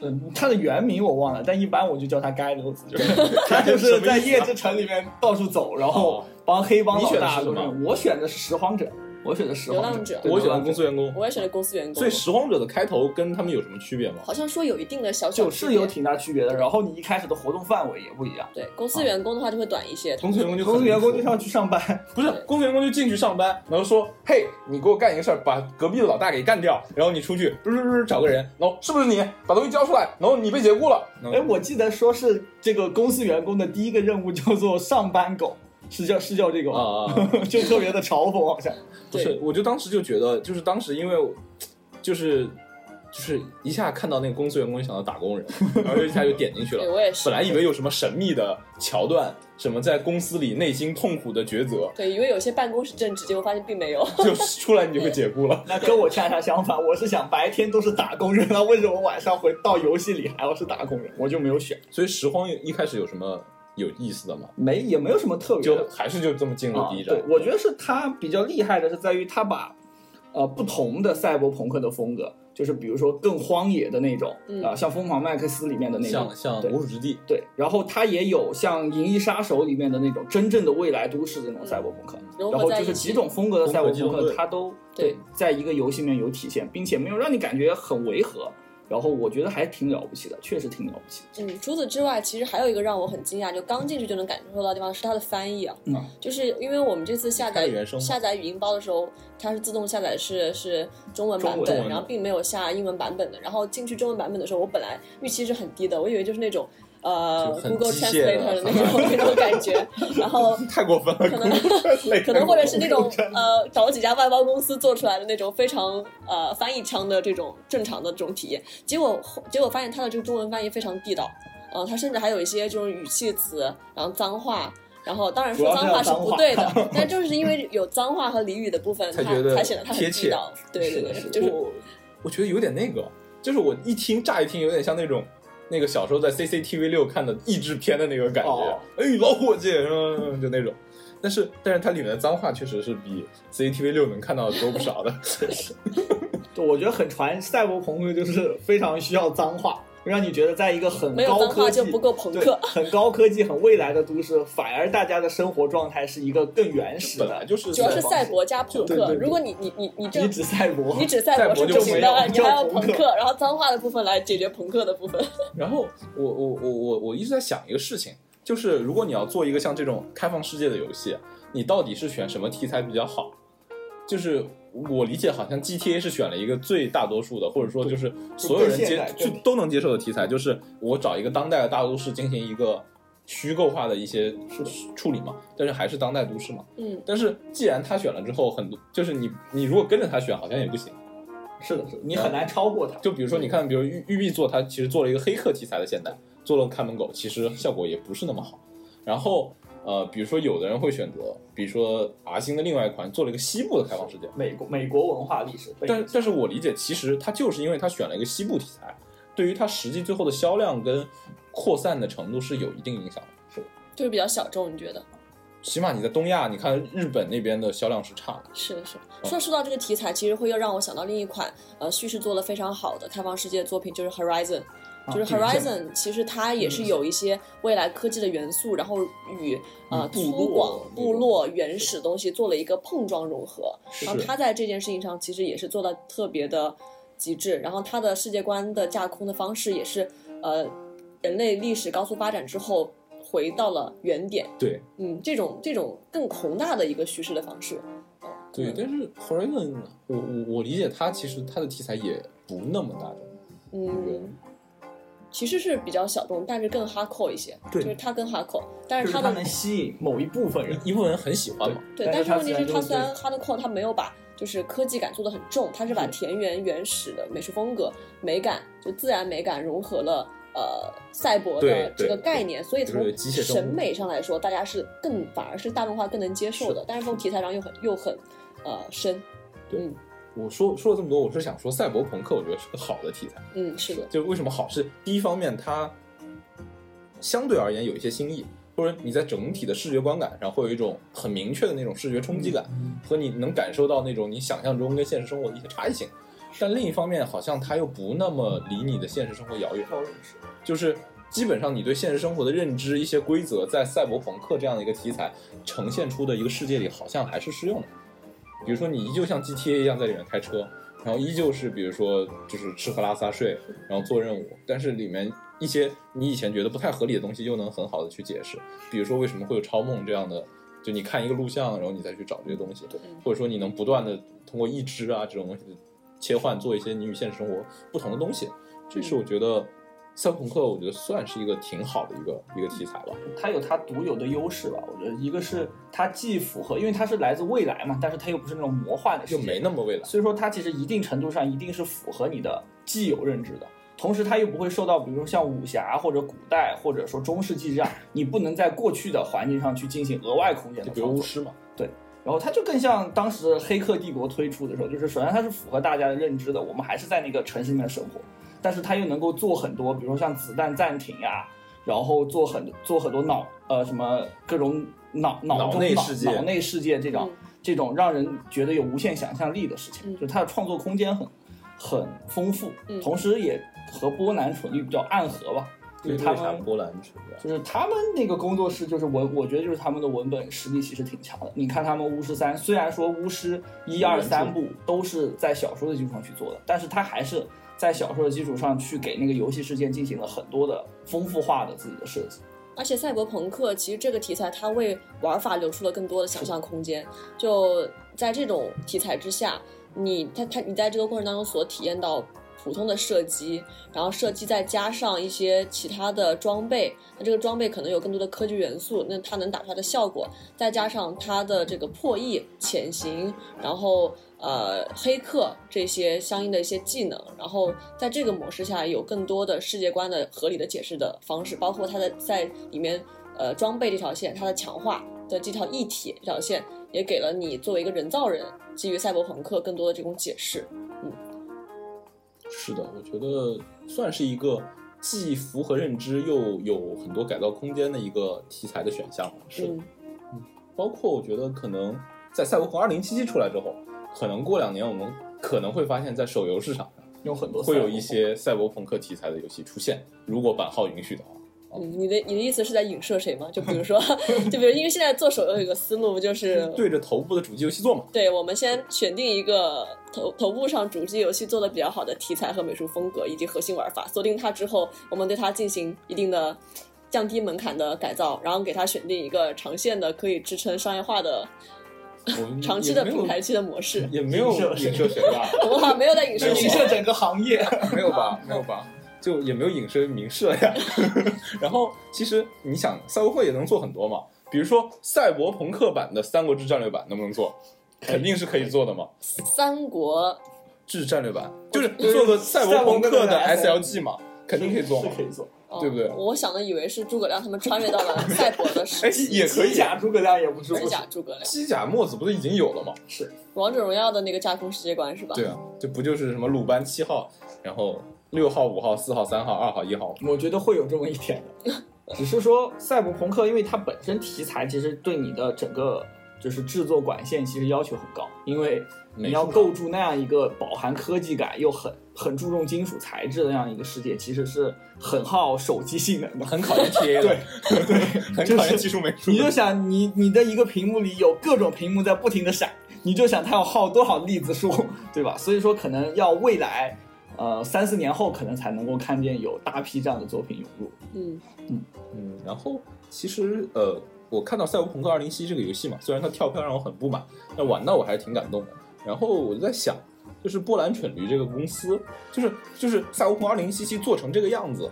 [SPEAKER 2] 嗯，他的原名我忘了，但一般我就叫他街溜子，就是 他就是在夜之城里面到处走，然后帮黑帮
[SPEAKER 1] 啊你
[SPEAKER 2] 老
[SPEAKER 1] 选的
[SPEAKER 2] 大
[SPEAKER 1] 是什
[SPEAKER 2] 都是
[SPEAKER 1] 么。
[SPEAKER 2] 我选的是拾荒者，我选的拾
[SPEAKER 3] 流
[SPEAKER 2] 荒
[SPEAKER 3] 浪者
[SPEAKER 2] 对
[SPEAKER 1] 我
[SPEAKER 2] 流
[SPEAKER 1] 选的
[SPEAKER 2] 浪
[SPEAKER 1] 公
[SPEAKER 2] 者
[SPEAKER 1] 司员工。
[SPEAKER 3] 我也选了公司员工
[SPEAKER 2] 哦
[SPEAKER 1] 所以，拾荒者的开头跟他们有什么区别吗？
[SPEAKER 3] 好像说有一定的小小
[SPEAKER 2] 就
[SPEAKER 3] 区
[SPEAKER 2] 是
[SPEAKER 3] 别
[SPEAKER 2] 有挺大区别的。然后你一开始的活动范围也不一样，
[SPEAKER 3] 对公司员工的话就会短一些，
[SPEAKER 1] 公司员工就很
[SPEAKER 2] 公司员工就是要去上班，
[SPEAKER 1] 不是公司员工就进去上班，然后说嘿，你给我干一个事儿，把隔壁的老大给干掉，然后你出去，不是不是找个人，然后是不是你把东西交出来，然后你被解雇了，然后
[SPEAKER 2] 哎，我记得说是这个公司员工的第一个任务叫做上班狗，是叫是叫这个吗？
[SPEAKER 1] 啊啊啊！
[SPEAKER 2] 就特别的嘲讽，好像
[SPEAKER 1] 不
[SPEAKER 3] 对
[SPEAKER 1] 是，我就当时就觉得，就是当时因为我，就是就是一下看到那个公司员工，就想到打 工人，然后就一下就点进去
[SPEAKER 3] 对
[SPEAKER 1] 了。
[SPEAKER 3] 我也是
[SPEAKER 1] 本。来以为有什么神秘的桥段，什么在公司里内心痛苦的抉择，
[SPEAKER 3] 对，以为有些办公室政治，结果发现并没 有。
[SPEAKER 1] 就出来你就被解雇了。
[SPEAKER 2] 那跟我恰恰相反，我是想白天都是打工人了，为什么晚上回到游戏里还要是打工人？我就没有选，
[SPEAKER 1] 所以拾荒一开始有什么有意思的吗？
[SPEAKER 2] 没也没有什么特别
[SPEAKER 1] 就
[SPEAKER 2] 的
[SPEAKER 1] 还是就这么进入
[SPEAKER 2] 啊
[SPEAKER 1] 第一。站
[SPEAKER 2] 对，。我觉得是他比较厉害的是在于他把呃不同的赛博朋克的风格就是比如说更荒野的那种啊、
[SPEAKER 3] 嗯
[SPEAKER 2] 像《疯狂麦克斯》里面的那种
[SPEAKER 1] 像，像
[SPEAKER 2] 对
[SPEAKER 1] 无主之地，
[SPEAKER 2] 对，然后它也有像《银翼杀手》里面的那种真正的未来都市的那种赛博朋克，
[SPEAKER 3] 融
[SPEAKER 2] 然
[SPEAKER 3] 合
[SPEAKER 2] 后
[SPEAKER 3] 嗯在
[SPEAKER 2] 就
[SPEAKER 3] 一
[SPEAKER 2] 是
[SPEAKER 3] 起，
[SPEAKER 2] 几种风格的赛博朋
[SPEAKER 1] 风格机动
[SPEAKER 2] 克，
[SPEAKER 1] 队
[SPEAKER 2] 它都
[SPEAKER 3] 对
[SPEAKER 2] 对在一个游戏里面有体现，并且没有让你感觉很违和。然后我觉得还挺了不起的，确实挺了不起的。
[SPEAKER 3] 嗯，除此之外，其实还有一个让我很惊讶，就刚进去就能感受到的地方是它的翻译啊，
[SPEAKER 2] 嗯
[SPEAKER 3] 就是因为我们这次下载
[SPEAKER 1] 它有原声吗
[SPEAKER 3] 下载语音包的时候，它是自动下载的是是中文版
[SPEAKER 2] 中文
[SPEAKER 1] 中
[SPEAKER 3] 本
[SPEAKER 1] 文
[SPEAKER 3] 然后并没有下英文版本的。然后进去中文版本的时候，我本来预期是很低的，我以为就是那种呃
[SPEAKER 1] 就很
[SPEAKER 3] Google
[SPEAKER 1] 机械的
[SPEAKER 3] Translator 的那 种那种感觉，然后
[SPEAKER 1] 太过分了，
[SPEAKER 3] 可能可能或者是那 种呃找几家外包公司做出来的那种非常呃翻译腔的这种正常的这种体验，结果结果发现它的这个中文翻译非常地道，呃，它甚至还有一些这种语气词，然后脏话。然后当然说
[SPEAKER 2] 主要
[SPEAKER 3] 脏
[SPEAKER 2] 是要
[SPEAKER 3] 话是
[SPEAKER 2] 脏
[SPEAKER 3] 不
[SPEAKER 2] 话
[SPEAKER 3] 对的，但就是因为有脏话和俚语的部分，它
[SPEAKER 1] 才觉得
[SPEAKER 3] 才显得它
[SPEAKER 1] 贴
[SPEAKER 3] 很
[SPEAKER 1] 切
[SPEAKER 3] 地道。对对对，
[SPEAKER 2] 是的
[SPEAKER 3] 就是
[SPEAKER 1] 我我觉得有点那个，就是我一听乍一听有点像那种那个小时候在 CCTV 六看的益智片的那个感觉，
[SPEAKER 2] 哦
[SPEAKER 1] 哎，老伙计，嗯， 就那种。但是，但是它里面的脏话确实是比 CCTV 六能看到的多不少 的。
[SPEAKER 2] 就我觉得很传赛博朋克，就是非常需要脏话，让你觉得在一个很
[SPEAKER 3] 没有
[SPEAKER 2] 高
[SPEAKER 3] 脏
[SPEAKER 2] 科
[SPEAKER 3] 话
[SPEAKER 2] 技
[SPEAKER 3] 就、不够朋
[SPEAKER 2] 对
[SPEAKER 3] 克。
[SPEAKER 2] 很高科技、很未来的都市，反而大家的生活状态是一个更原始
[SPEAKER 1] 本
[SPEAKER 2] 的
[SPEAKER 1] 来，就是
[SPEAKER 3] 主要
[SPEAKER 2] 赛
[SPEAKER 3] 是
[SPEAKER 2] 博
[SPEAKER 3] 赛博加朋
[SPEAKER 2] 对对
[SPEAKER 3] 克。
[SPEAKER 2] 对
[SPEAKER 3] 如果你你你你这
[SPEAKER 2] 你只赛博，
[SPEAKER 3] 你只赛
[SPEAKER 1] 赛
[SPEAKER 3] 博
[SPEAKER 1] 博
[SPEAKER 3] 是
[SPEAKER 1] 就
[SPEAKER 3] 不
[SPEAKER 1] 没
[SPEAKER 3] 行
[SPEAKER 1] 有
[SPEAKER 3] 的，你还要
[SPEAKER 2] 就
[SPEAKER 3] 朋
[SPEAKER 2] 朋克
[SPEAKER 3] 克，然后脏话的部分来解决朋克的部分。
[SPEAKER 1] 然后我我我我我一直在想一个事情，就是如果你要做一个像这种开放世界的游戏，你到底是选什么题材比较好？就是我理解，好像 GTA 是选了一个最大多数的，或者说就是所有人
[SPEAKER 2] 就更现
[SPEAKER 1] 接
[SPEAKER 2] 代
[SPEAKER 1] 就
[SPEAKER 2] 更
[SPEAKER 1] 都能接受的题材，就是我找一个当代的大都市进行一个虚构化的一些
[SPEAKER 2] 是的
[SPEAKER 1] 处理嘛，但是还是当代都市嘛。
[SPEAKER 3] 嗯，
[SPEAKER 1] 但是既然他选了之后，很多就是你你如果跟着他选，好像也不行。
[SPEAKER 2] 是的，是的，你很难超过它。
[SPEAKER 1] 就比如说，你看，比如育育碧做，它其实做了一个黑客题材的现代，做了看门狗，其实效果也不是那么好。然后呃，比如说有的人会选择，比如说 R 星的另外一款做了一个西部的开放世界，
[SPEAKER 2] 美国美国文化历史背景，
[SPEAKER 1] 但但是我理解，其实它就是因为它选了一个西部题材，对于它实际最后的销量跟扩散的程度是有一定影响的。
[SPEAKER 3] 就是比较小众，你觉得？
[SPEAKER 1] 起码你在东亚，你看日本那边的销量是差的。
[SPEAKER 3] 是是，
[SPEAKER 1] 哦
[SPEAKER 3] 说说到这个题材，其实会又让我想到另一款呃叙事做的非常好的开放世界作品，就是 Horizon。
[SPEAKER 1] 哦
[SPEAKER 2] 啊
[SPEAKER 3] 就是
[SPEAKER 2] 这个现
[SPEAKER 3] Horizon，其实它也是有一些未来科技的元素，然后与呃
[SPEAKER 1] 嗯部
[SPEAKER 3] 粗犷
[SPEAKER 1] 落、
[SPEAKER 3] 部落、原始东西做了一个碰撞融合。
[SPEAKER 1] 是
[SPEAKER 3] 然后他在这件事情上其实也是做到特别的极致，然后他的世界观的架空的方式也是呃人类历史高速发展之后回到了原点，
[SPEAKER 1] 对
[SPEAKER 3] 嗯，这种这种更宏大的一个叙事的方式，哦
[SPEAKER 1] 对，但是 Horizon，我我我理解它其实它的题材也不那么大众。
[SPEAKER 3] 嗯。其实是比较小众，但是更哈扣一些，
[SPEAKER 1] 对
[SPEAKER 3] 就是它更哈扣，但
[SPEAKER 2] 就是是
[SPEAKER 3] 它
[SPEAKER 2] 它
[SPEAKER 3] 的
[SPEAKER 2] 能吸引某一部分人。
[SPEAKER 1] 一部分人很喜欢嘛，
[SPEAKER 3] 对，但是
[SPEAKER 2] 它
[SPEAKER 3] 问题
[SPEAKER 2] 自然
[SPEAKER 3] 是，
[SPEAKER 2] 就
[SPEAKER 3] 它虽然 hardcore，它没有把就是科技感做的很重，它是把
[SPEAKER 2] 是
[SPEAKER 3] 田园原始的美术风格、美感，就自然美感融合了呃赛博的
[SPEAKER 1] 对
[SPEAKER 3] 这个
[SPEAKER 1] 对
[SPEAKER 3] 概念，所以
[SPEAKER 1] 就是
[SPEAKER 3] 从
[SPEAKER 1] 机械生物
[SPEAKER 3] 审美上来说，大家是更反而是大众化更能接受的，但是从题材上又很又很呃深，
[SPEAKER 1] 对
[SPEAKER 3] 嗯
[SPEAKER 1] 我说说了这么多，我是想说赛博朋克，我觉得是个好的题材。
[SPEAKER 3] 嗯是的，
[SPEAKER 1] 就为什么好，是第一方面它相对而言有一些新意，或者你在整体的视觉观感上会有一种很明确的那种视觉冲击感，
[SPEAKER 2] 嗯
[SPEAKER 1] 和你能感受到那种你想象中跟现实生活的一些差异性。但另一方面，好像它又不那么离你的现实生活遥远，
[SPEAKER 2] 超人是
[SPEAKER 1] 就是基本上你对现实生活的认知、一些规则，在赛博朋克这样的一个题材呈现出的一个世界里，好像还是适用的。比如说，你依旧像 GTA 一样在里面开车，然后依旧是比如说就是吃喝拉撒睡，然后做任务，但是里面一些你以前觉得不太合理的东西，又能很好的去解释。比如说，为什么会有超梦这样的？就你看一个录像，然后你再去找这些东西，或者说你能不断的通过意志啊这种东西的切换，做一些你与现实生活不同的东西，这是我觉得赛博朋克，我觉得算是一个挺好的一个一个题材吧。
[SPEAKER 2] 它有它独有的优势吧？我觉得一个是它既符合，因为它是来自未来嘛，但是它又不是那种魔幻的世
[SPEAKER 1] 就
[SPEAKER 2] 界，
[SPEAKER 1] 没那么未来，
[SPEAKER 2] 所以说它其实一定程度上一定是符合你的既有认知的，同时它又不会受到比如说像武侠或者古代或者说中世纪这样，你不能在过去的环境上去进行额外空间
[SPEAKER 1] 就
[SPEAKER 2] 的
[SPEAKER 1] 比如
[SPEAKER 2] 创
[SPEAKER 1] 巫
[SPEAKER 2] 作。
[SPEAKER 1] 师嘛，
[SPEAKER 2] 然后它就更像当时《黑客帝国》推出的时候，就是首先它是符合大家的认知的，我们还是在那个城市里面生活，但是它又能够做很多，比如说像子弹暂停啊，然后做很做很多脑呃什么各种脑脑
[SPEAKER 1] 脑
[SPEAKER 2] 中
[SPEAKER 1] 内世界
[SPEAKER 2] 脑内世界这种、
[SPEAKER 3] 嗯
[SPEAKER 2] 这种让人觉得有无限想象力的事情，
[SPEAKER 3] 嗯
[SPEAKER 2] 就是它的创作空间很很丰富，
[SPEAKER 3] 嗯
[SPEAKER 2] 同时也和波兰纯率比较暗合吧。就是他
[SPEAKER 1] 为啥
[SPEAKER 2] 们，
[SPEAKER 1] 波兰城啊？
[SPEAKER 2] 就是他们那个工作室，就是文，我觉得就是他们的文本实力其实挺强的。你看他们巫师三，虽然说巫师一二三部都是在小说的基础上去做的，但是他还是在小说的基础上去给那个游戏事件进行了很多的丰富化的自己的设计。
[SPEAKER 3] 而且赛博朋克其实这个题材，它为玩法留出了更多的想象空间。就在这种题材之下，你它它你在这个过程当中所体验到普通的射击，然后射击再加上一些其他的装备，那这个装备可能有更多的科技元素，那它能打出来的效果，再加上它的这个破译、潜行，然后呃黑客这些相应的一些技能，然后在这个模式下有更多的世界观的合理的解释的方式，包括它的在里面呃装备这条线，它的强化的这条一体这条线，也给了你作为一个人造人基于赛博朋克更多的这种解释。
[SPEAKER 1] 是的，我觉得算是一个既符合认知又有很多改造空间的一个题材的选项吧。是的，
[SPEAKER 3] 嗯，
[SPEAKER 1] 包括我觉得可能在《赛博朋克2077》出来之后，可能过两年我们可能会发现，在手游市场上
[SPEAKER 2] 有很多
[SPEAKER 1] 会有
[SPEAKER 2] 赛博
[SPEAKER 1] 一
[SPEAKER 2] 朋克
[SPEAKER 1] 些赛博朋克题材的游戏出现，如果版号允许的话。
[SPEAKER 3] 嗯，你的你的意思是在影射谁吗？就比如说， 就比如因为现在做手游有一个思路，就是
[SPEAKER 1] 对着头部的主机游戏 做嘛，
[SPEAKER 3] 对，我们先选定一个头头部上主机游戏做的比较好的题材和美术风格以及核心玩法，锁定它之后，我们对它进行一定的降低门槛的改造，然后给它选定一个长线的可以支撑商业化的
[SPEAKER 1] 我们
[SPEAKER 3] 长期的
[SPEAKER 1] 嗯也没有
[SPEAKER 3] 平台期的模式。
[SPEAKER 1] 也没有
[SPEAKER 2] 影射谁啊
[SPEAKER 1] 影射谁吧，
[SPEAKER 3] 我们好像没有在影射
[SPEAKER 2] 就
[SPEAKER 1] 对
[SPEAKER 2] 影
[SPEAKER 3] 谁，
[SPEAKER 2] 射整个行业。
[SPEAKER 1] 没有吧，没有吧，就也没有影射明射 呀。然后其实你想，赛博朋克也能做很多嘛，比如说赛博朋克版的《三国志战略版》能不能做？肯定是可以做的嘛，
[SPEAKER 3] 三国
[SPEAKER 1] 志战略版就是
[SPEAKER 2] 是
[SPEAKER 1] 做个哦赛博朋克的
[SPEAKER 2] 赛博朋克的
[SPEAKER 1] SLG 嘛，肯定可以做
[SPEAKER 2] 是
[SPEAKER 1] 嘛
[SPEAKER 2] 是。可以做。
[SPEAKER 3] 哦
[SPEAKER 1] 对不对
[SPEAKER 3] 我想的以为是诸葛亮他们穿越到了赛博的
[SPEAKER 1] 哎
[SPEAKER 3] 时期，，
[SPEAKER 1] 也可以
[SPEAKER 2] 机。甲诸葛亮也不是
[SPEAKER 3] 真
[SPEAKER 2] 不
[SPEAKER 3] 假诸葛亮，
[SPEAKER 1] 机甲墨子不是已经有了吗？
[SPEAKER 2] 是
[SPEAKER 3] 王者荣耀的那个架空世界观是吧？
[SPEAKER 1] 对啊，这不就是什么鲁班七号，然后六号、五号、四号、三号、二号、一号？
[SPEAKER 2] 我觉得会有这么一天的，只是说赛博朋克，因为它本身题材其实对你的整个就是制作管线其实要求很高，因为你要构筑那样一个饱含科技感又很很注重金属材质的那样一个世界，其实是很耗手机 性能的。
[SPEAKER 1] 很考验 TA 的，
[SPEAKER 2] 对
[SPEAKER 1] 很
[SPEAKER 2] 就
[SPEAKER 1] 考
[SPEAKER 2] 是
[SPEAKER 1] 验技术美术的。
[SPEAKER 2] 你就想你你的一个屏幕里有各种屏幕在不停的闪，你就想它要耗多少粒子数， 对吧？所以说可能要未来，呃，三四年后可能才能够看见有大批这样的作品涌入。
[SPEAKER 3] 嗯，
[SPEAKER 1] 嗯，然后其实呃，我看到《赛博朋克2077》这个游戏嘛，虽然它跳票让我很不满，但玩到我还是挺感动的。然后我就在想，就是波兰蠢驴这个公司，就是就是《赛博朋克2077》做成这个样子，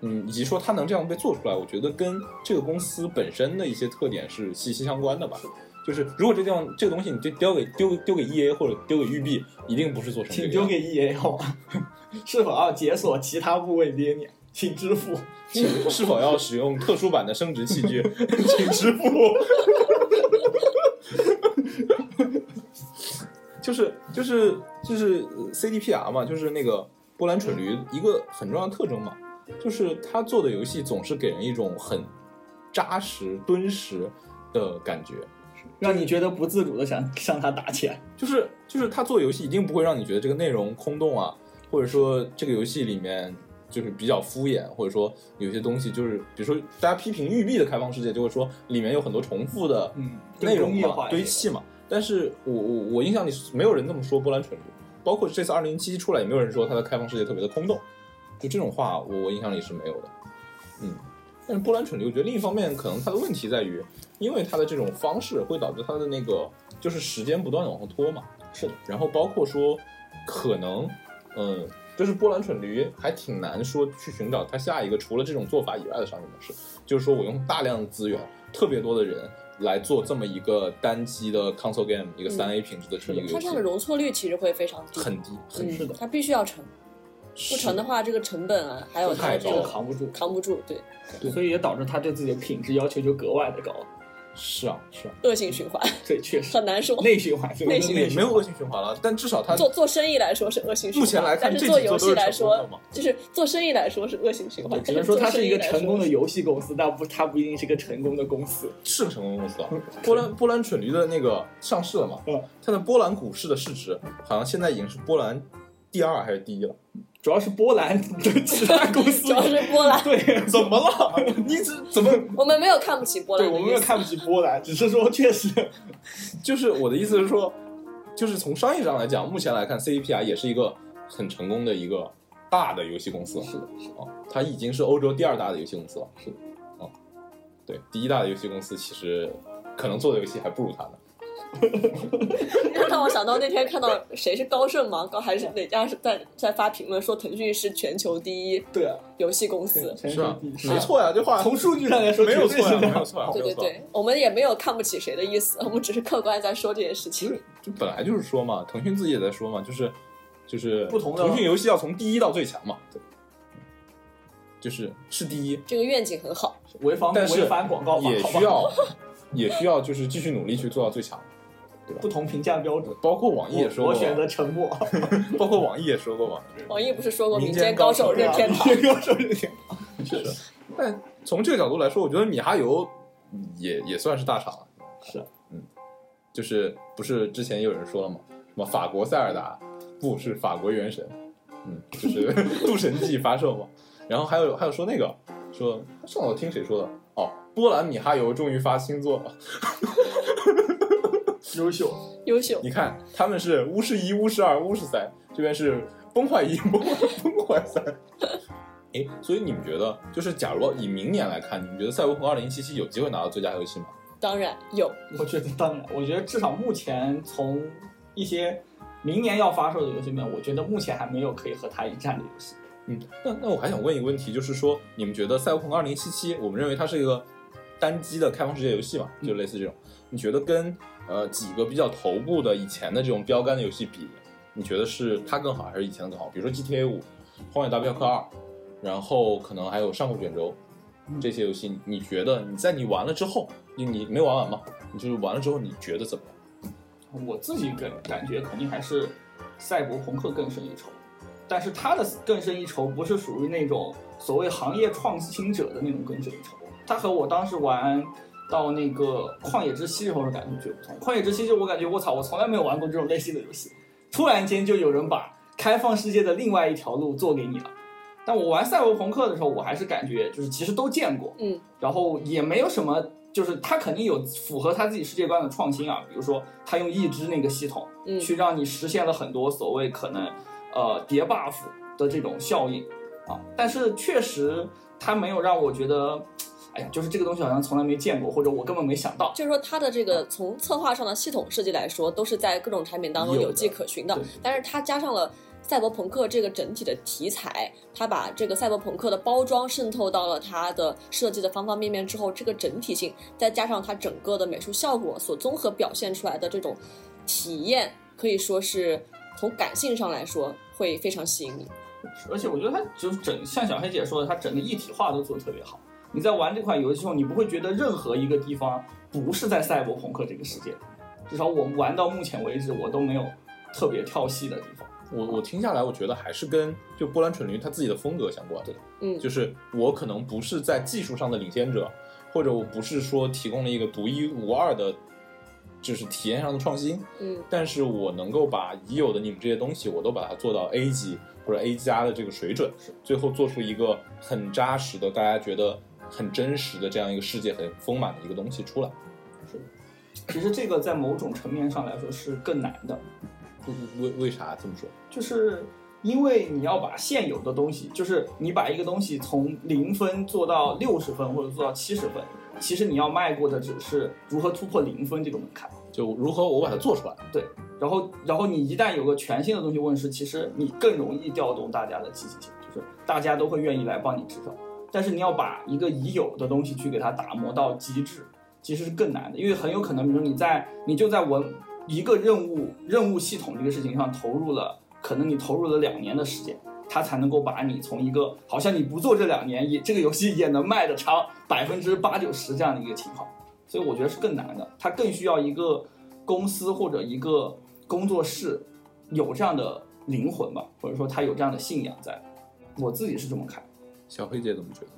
[SPEAKER 1] 嗯，以及说它能这样被做出来，我觉得跟这个公司本身的一些特点是息息相关的吧。就是如果这地方这个东西你就丢给丢丢给 E A 或者丢给育碧，一定不是做成这
[SPEAKER 2] 请
[SPEAKER 1] 个样
[SPEAKER 2] 丢
[SPEAKER 1] 子。
[SPEAKER 2] 给 EA 好吗？ 是否要解锁其他部位捏捏？请支付。
[SPEAKER 1] 请是否要使用特殊版的生殖器具，请支付。 就是就是就是 CDPR 嘛，就是那个波兰蠢驴一个很重要的特征嘛，就是他做的游戏总是给人一种很扎实敦实的感觉，
[SPEAKER 2] 让你觉得不自主的想向他打钱，
[SPEAKER 1] 就是就是他做游戏一定不会让你觉得这个内容空洞啊，或者说这个游戏里面就是比较敷衍，或者说有些东西就是，比如说大家批评育碧的开放世界，就会说里面有很多重复的
[SPEAKER 2] 嗯
[SPEAKER 1] 内容
[SPEAKER 2] 工业
[SPEAKER 1] 嘛、
[SPEAKER 2] 化一
[SPEAKER 1] 堆
[SPEAKER 2] 点
[SPEAKER 1] 砌嘛。但是我我我印象里没有人这么说波兰蠢驴，包括这次二零七出来也没有人说它的开放世界特别的空洞，就这种话我我印象里是没有的。嗯，但是波兰蠢驴，我觉得另一方面可能它的问题在于，因为它的这种方式会导致它的那个就是时间不断的往后拖嘛。
[SPEAKER 2] 是的，
[SPEAKER 1] 然后包括说，可能，嗯，就是波兰蠢驴还挺难说去寻找它下一个除了这种做法以外的商业模式，就是说我用大量的资源，特别多的人来做这么一个单机的 console game，一个
[SPEAKER 3] 嗯
[SPEAKER 1] 三 A 品质的这么一个游
[SPEAKER 3] 它这
[SPEAKER 1] 戏
[SPEAKER 3] 样的，容错率其实会非常低，
[SPEAKER 1] 很低，很
[SPEAKER 3] 嗯
[SPEAKER 1] 低，
[SPEAKER 2] 的
[SPEAKER 3] 它必须要成，不成的话，这个成本啊，还有它
[SPEAKER 1] 太
[SPEAKER 3] 这
[SPEAKER 1] 高
[SPEAKER 2] 就
[SPEAKER 1] 了
[SPEAKER 3] 个
[SPEAKER 2] 扛不住，
[SPEAKER 3] 扛不住。对，
[SPEAKER 2] 所以也导致他对自己的品质要求就格外的高。
[SPEAKER 1] 是啊，是啊，
[SPEAKER 3] 恶性循环，
[SPEAKER 2] 对，确实
[SPEAKER 3] 很难说。
[SPEAKER 2] 内循环，这个
[SPEAKER 3] 内
[SPEAKER 2] 是
[SPEAKER 3] 循
[SPEAKER 1] 也
[SPEAKER 2] 环
[SPEAKER 1] 没有恶性循环了，但至少它
[SPEAKER 3] 做做生意来说是恶性循环，
[SPEAKER 1] 目前来看
[SPEAKER 3] 但
[SPEAKER 1] 这
[SPEAKER 3] 是
[SPEAKER 1] 几
[SPEAKER 3] 做
[SPEAKER 1] 座
[SPEAKER 3] 游
[SPEAKER 1] 都
[SPEAKER 3] 戏
[SPEAKER 1] 是
[SPEAKER 3] 来
[SPEAKER 1] 成功
[SPEAKER 3] 说
[SPEAKER 1] 的，嘛。
[SPEAKER 3] 就是做生意来说是恶性循环
[SPEAKER 2] 对，只能说
[SPEAKER 3] 但
[SPEAKER 2] 它
[SPEAKER 3] 是做
[SPEAKER 2] 是一
[SPEAKER 3] 生意
[SPEAKER 2] 个
[SPEAKER 3] 来说
[SPEAKER 2] 成功的游戏公司，但不，它不一定是个成功的公司。
[SPEAKER 1] 是个成功公司啊。波兰波兰蠢驴的那个上市了嘛
[SPEAKER 2] 嗯？
[SPEAKER 1] 它的波兰股市的市值好像现在已经是波兰第二还是第一了？
[SPEAKER 2] 主要是波兰的其他公司
[SPEAKER 3] 主，要是波兰，
[SPEAKER 2] 对，
[SPEAKER 1] 怎么 了？你这怎么？
[SPEAKER 3] 我们没有看不起波兰
[SPEAKER 2] 对，
[SPEAKER 3] 的
[SPEAKER 2] 我们
[SPEAKER 3] 意
[SPEAKER 2] 没有
[SPEAKER 3] 思
[SPEAKER 2] 看不起波兰，只是说确实，
[SPEAKER 1] 就是我的意思是说，就是从商业上来讲，目前来看，CEPI 也是一个很成功的一个大的游戏公司。
[SPEAKER 2] 是的，
[SPEAKER 1] 啊，它已经是欧洲第二大的游戏公司了。
[SPEAKER 2] 是的，
[SPEAKER 1] 啊，对，第一大的游戏公司其实可能做的游戏还不如它呢。
[SPEAKER 3] 让我想到那天看到谁是高盛吗？高还是哪家是在在发评论说腾讯是全球第一
[SPEAKER 2] 对啊，
[SPEAKER 3] 游戏公司？
[SPEAKER 2] 全
[SPEAKER 1] 是
[SPEAKER 2] 球
[SPEAKER 1] 啊
[SPEAKER 2] 第一，
[SPEAKER 1] 没错呀，这话
[SPEAKER 2] 从数据上来说
[SPEAKER 1] 没有
[SPEAKER 2] 绝对
[SPEAKER 1] 错
[SPEAKER 2] 是
[SPEAKER 1] 呀，没
[SPEAKER 2] 这样
[SPEAKER 1] 有错呀，没
[SPEAKER 3] 对
[SPEAKER 1] 有
[SPEAKER 3] 对
[SPEAKER 1] 错呀。
[SPEAKER 3] 对，我们也没有看不起谁的意思，我们只是客观在说这件事
[SPEAKER 1] 其
[SPEAKER 3] 情。
[SPEAKER 1] 实就本来就是说嘛，腾讯自己也在说嘛，就是就是
[SPEAKER 2] 不同的
[SPEAKER 1] 腾讯游戏要从第一到最强嘛，对，就是是第一，
[SPEAKER 3] 这个愿景很好，
[SPEAKER 2] 违反
[SPEAKER 1] 但是
[SPEAKER 2] 违反广告法，
[SPEAKER 1] 也
[SPEAKER 2] 好吧
[SPEAKER 1] 需要也需要就是继续努力去做到最强。
[SPEAKER 2] 不同评价标准。
[SPEAKER 1] 包括网易也说
[SPEAKER 2] 我
[SPEAKER 1] 过
[SPEAKER 2] 我选
[SPEAKER 1] 嘛，
[SPEAKER 2] 择沉默。
[SPEAKER 1] 包括网易也说过嘛，
[SPEAKER 3] 网易不是说过“
[SPEAKER 1] 民
[SPEAKER 3] 民
[SPEAKER 1] 间
[SPEAKER 3] 间高手
[SPEAKER 1] 高手
[SPEAKER 3] 任天堂
[SPEAKER 2] 对啊手任天
[SPEAKER 1] 确实。但从这个角度来说，我觉得米哈游也也算是大厂了，嗯
[SPEAKER 2] 堂是
[SPEAKER 1] 就是不是之前也有人说了嘛，什么法国塞尔达不是法国原神，嗯，就是 渡神记发售嘛。然后还有还有说那个说上次我听谁说的哦，波兰米哈游终于发新作了。
[SPEAKER 2] 优秀，
[SPEAKER 3] 优秀
[SPEAKER 1] 你看他们是巫师一、巫师二、巫师三，这边是崩坏一、崩坏崩坏三。哎，所以你们觉得，就是假如以明年来看，你们觉得《赛博朋克2077》有机会拿到最佳游戏吗？
[SPEAKER 3] 当然有，
[SPEAKER 2] 我觉得当然，我觉得至少目前从一些明年要发售的游戏里面，我觉得目前还没有可以和它一战的游戏。
[SPEAKER 1] 嗯，那那我还想问一个问题，就是说，你们觉得《赛博朋克2077》，我们认为它是一个单机的开放世界游戏嘛，就类似这种，你觉得跟呃几个比较头部的以前的这种标杆的游戏比，你觉得是它更好还是以前的更好？比如说 GTA 五、荒野大镖客二，然后可能还有上古卷轴
[SPEAKER 2] 嗯
[SPEAKER 1] 这些游戏，你你觉得你在你玩了之后，你你没玩完嘛？你就是玩了之后，你觉得怎么样？
[SPEAKER 2] 我自己感感觉肯定还是赛博朋克更胜一筹，但是它的更胜一筹不是属于那种所谓行业创新者的那种更胜一筹，它和我当时玩到那个旷野之息时候的感觉绝不同。旷野之息就我感觉我操，我从来没有玩过这种类似的游戏，突然间就有人把开放世界的另外一条路做给你了。但我玩赛博朋克的时候，我还是感觉就是其实都见过，
[SPEAKER 3] 嗯，
[SPEAKER 2] 然后也没有什么，就是他肯定有符合他自己世界观的创新啊，比如说他用一支那个系统，
[SPEAKER 3] 嗯
[SPEAKER 2] 去让你实现了很多所谓可能呃叠 buff 的这种效应啊，但是确实它没有让我觉得，哎呀，就是这个东西好像从来没见过，或者我根本没想到，
[SPEAKER 3] 就是说它的这个从策划上的系统设计来说，都是在各种产品当中
[SPEAKER 1] 有的
[SPEAKER 3] 有迹可循的
[SPEAKER 2] 对。
[SPEAKER 3] 但是它加上了赛博朋克这个整体的题材，它把这个赛博朋克的包装渗透到了它的设计的方方面面之后，这个整体性再加上它整个的美术效果所综合表现出来的这种体验，可以说是从感性上来说会非常吸引你。
[SPEAKER 2] 而且我觉得它就是整像小黑姐说的，它整个一体化都做得特别好。你在玩这款游戏的时候，你不会觉得任何一个地方不是在赛博朋克这个世界里，至少我玩到目前为止，我都没有特别跳戏的地方。
[SPEAKER 1] 我我听下来，我觉得还是跟就波兰蠢驴他自己的风格相关。
[SPEAKER 2] 对
[SPEAKER 3] 嗯
[SPEAKER 1] 就是我可能不是在技术上的领先者，或者我不是说提供了一个独一无二的，就是体验上的创新，
[SPEAKER 3] 嗯，
[SPEAKER 1] 但是我能够把已有的你们这些东西，我都把它做到 A 级或者 A 加的这个水准，最后做出一个很扎实的，大家觉得很真实的这样一个世界很丰满的一个东西出来。
[SPEAKER 2] 其实这个在某种层面上来说是更难的，
[SPEAKER 1] 为为为啥这么说？
[SPEAKER 2] 就是因为你要把现有的东西，就是你把一个东西从零分做到六十分或者做到七十分，其实你要迈过的只是如何突破零分这个门槛。
[SPEAKER 1] 就如何我把它做出来？
[SPEAKER 2] 然后，然后你一旦有个全新的东西问世，其实你更容易调动大家的积极性，就是大家都会愿意来帮你指导。但是你要把一个已有的东西去给它打磨到极致，其实是更难的，因为很有可能，比如说你在你就在文一个任务任务系统这个事情上投入了，可能你投入了两年的时间，它才能够把你从一个好像你不做这两年也这个游戏也能卖的超百分之八九十这样的一个情况，所以我觉得是更难的，它更需要一个公司或者一个工作室有这样的灵魂吧，或者说他有这样的信仰在。我自己是这么看，
[SPEAKER 1] 小黑姐怎么觉得？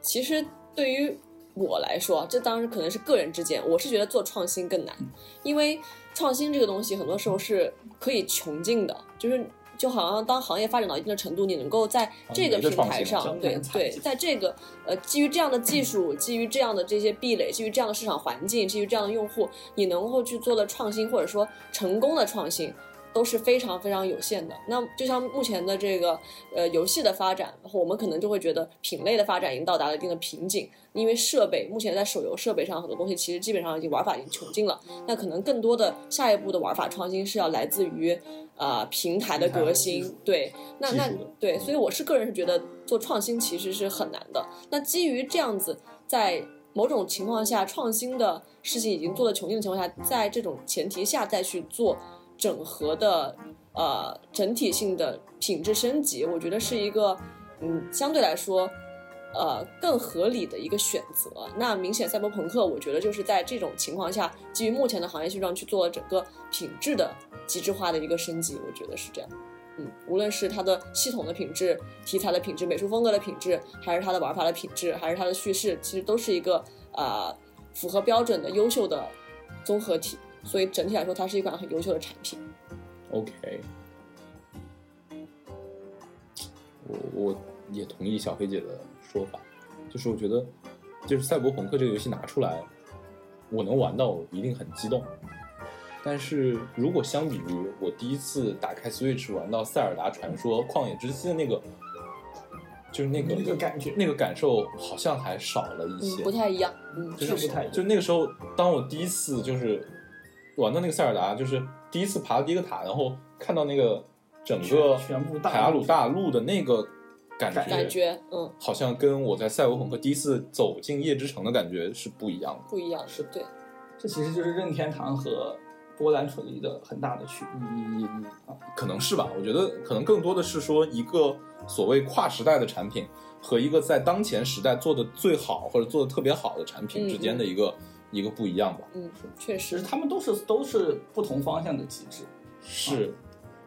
[SPEAKER 3] 其实对于我来说，啊这当然可能是个人之见，我是觉得做创新更难，因为创新这个东西很多时候是可以穷尽的，就是就好像当行业发展到一定的程度，啊你能够在这个
[SPEAKER 1] 没得
[SPEAKER 3] 平
[SPEAKER 1] 创
[SPEAKER 3] 台
[SPEAKER 1] 新
[SPEAKER 3] 上
[SPEAKER 2] 真，
[SPEAKER 3] 对
[SPEAKER 2] 难采
[SPEAKER 3] 对，
[SPEAKER 2] 集
[SPEAKER 3] 在这个呃基于这样的技术，基于这样的这些壁垒，基于这样的市场环境，基于这样的用户，你能够去做的创新或者说成功的创新，都是非常非常有限的。那就像目前的这个呃游戏的发展，我们可能就会觉得品类的发展已经到达了一定的瓶颈，因为设备目前在手游设备上很多东西其实基本上已经玩法已经穷尽了。那可能更多的下一步的玩法创新是要来自于啊、呃平台的
[SPEAKER 2] 平台
[SPEAKER 3] 革
[SPEAKER 2] 和技
[SPEAKER 3] 新
[SPEAKER 2] 术，
[SPEAKER 3] 对，那那
[SPEAKER 1] 技术的
[SPEAKER 3] 对，所以我是个人是觉得做创新其实是很难的。那基于这样子，在某种情况下，创新的事情已经做的穷尽的情况下，在这种前提下再去做整合的呃整体性的品质升级，我觉得是一个嗯相对来说呃更合理的一个选择。那明显赛博朋克，我觉得就是在这种情况下，基于目前的行业现状去做了整个品质的极致化的一个升级，我觉得是这样。嗯，无论是它的系统的品质、题材的品质、美术风格的品质，还是它的玩法的品质，还是它的叙事，其实都是一个啊、呃符合标准的优秀的综合体。所以整体来说，它是一款很优秀的产品。
[SPEAKER 1] OK，我我也同意小黑姐的说法，就是我觉得，就是赛博朋克这个游戏拿出来，我能玩到，我一定很激动。但是如果相比于我第一次打开 Switch 玩到《塞尔达传说：旷野之息》的那个，就是那个
[SPEAKER 2] 那个感觉
[SPEAKER 1] 那个感受好像还少了一
[SPEAKER 3] 嗯，
[SPEAKER 1] 些。
[SPEAKER 3] 不太一样。嗯，
[SPEAKER 1] 就是
[SPEAKER 2] 不太一样
[SPEAKER 1] 就那个时候，当我第一次就是玩到那个塞尔达，就是第一次爬第一个塔，然后看到那个整个
[SPEAKER 2] 全全部大
[SPEAKER 1] 海拉鲁大陆的那个感觉，
[SPEAKER 3] 感觉嗯
[SPEAKER 1] 好像跟我在赛博朋克第一次走进夜之城的感觉是不一样的。
[SPEAKER 3] 不一样。
[SPEAKER 2] 是
[SPEAKER 3] 对，
[SPEAKER 2] 这其实就是任天堂和波兰蠢驴的很大的区别。嗯
[SPEAKER 1] 啊可能是吧，我觉得可能更多的是说一个所谓跨时代的产品和一个在当前时代做的最好或者做的特别好的产
[SPEAKER 2] 嗯
[SPEAKER 1] 品之间的一个、一个不一样吧。
[SPEAKER 2] 哦
[SPEAKER 3] 嗯，确
[SPEAKER 2] 其实
[SPEAKER 3] 实。
[SPEAKER 2] 他们都是都是不同方向的极致。
[SPEAKER 1] 是，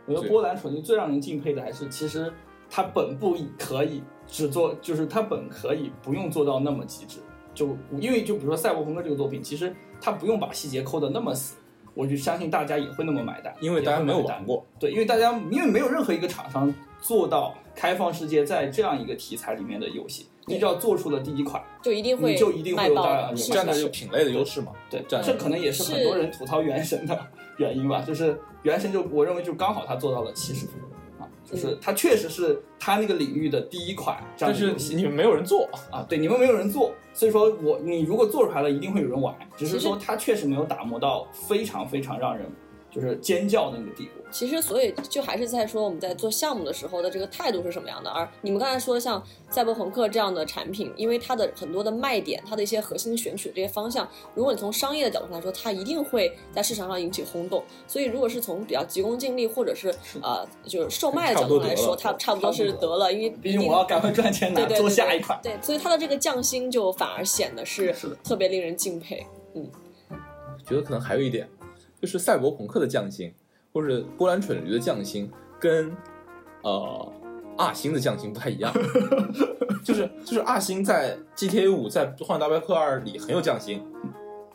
[SPEAKER 2] 我觉得
[SPEAKER 1] 对
[SPEAKER 2] 波兰蠢驴最让人敬佩的还是，其实它本部可以只做，就是它本可以不用做到那么极致。就因为就比如说《赛博朋克》这个作品，其实它不用把细节抠得那么死，我就相信大家也会那么买单，
[SPEAKER 1] 因为大家没有
[SPEAKER 2] 也会买单
[SPEAKER 1] 玩过。
[SPEAKER 2] 对，因为大家因为没有任何一个厂商做到开放世界在这样一个题材里面的游戏，你只要做出了第一款，
[SPEAKER 3] 就一定会
[SPEAKER 2] 你就一定会
[SPEAKER 3] 卖
[SPEAKER 2] 有
[SPEAKER 3] 爆
[SPEAKER 2] 大
[SPEAKER 3] 的
[SPEAKER 2] 量的
[SPEAKER 3] 是
[SPEAKER 2] 人
[SPEAKER 1] 站在
[SPEAKER 2] 是
[SPEAKER 1] 这个品类的优势嘛。
[SPEAKER 2] 对，
[SPEAKER 1] 战
[SPEAKER 2] 这可能也是很多人吐槽《原神》的 原因吧，就是《原神》就我认为就刚好它做到了七十分啊，
[SPEAKER 3] 嗯
[SPEAKER 2] 就是它确实是它那个领域的第一款这
[SPEAKER 1] 但
[SPEAKER 2] 样的
[SPEAKER 1] 是
[SPEAKER 2] 游戏
[SPEAKER 1] 你们没有人做，
[SPEAKER 2] 啊，对，你们没有人做，所以说我你如果做出来了，一定会有人玩，只是
[SPEAKER 3] 其实
[SPEAKER 2] 说它确实没有打磨到非常非常让人就是尖叫的那个地步。
[SPEAKER 3] 其实，所以就还是在说我们在做项目的时候的这个态度是什么样的。而你们刚才说像赛博朋克这样的产品，因为它的很多的卖点，它的一些核心选取的这些方向，如果你从商业的角度上来说，它一定会在市场上引起轰动。所以，如果是从比较急功近利，或者是呃就是售卖的角度来说，
[SPEAKER 1] 差
[SPEAKER 3] 它
[SPEAKER 1] 不多得了
[SPEAKER 3] 差不多是得了，因为
[SPEAKER 2] 毕竟
[SPEAKER 3] 一定
[SPEAKER 2] 我要赶快赚钱拿
[SPEAKER 3] 对对
[SPEAKER 2] 做
[SPEAKER 3] 对
[SPEAKER 2] 下一款。
[SPEAKER 3] 对，所以它的这个匠心就反而显得是
[SPEAKER 2] 是的
[SPEAKER 3] 特别令人敬佩。
[SPEAKER 1] 觉得可能还有一点，就是赛博朋克的匠心，或者波兰蠢驴的匠心，跟呃二星的匠心不太一样。 就是就是二星在 GTA 五在《荒野大镖客二》里很有匠心，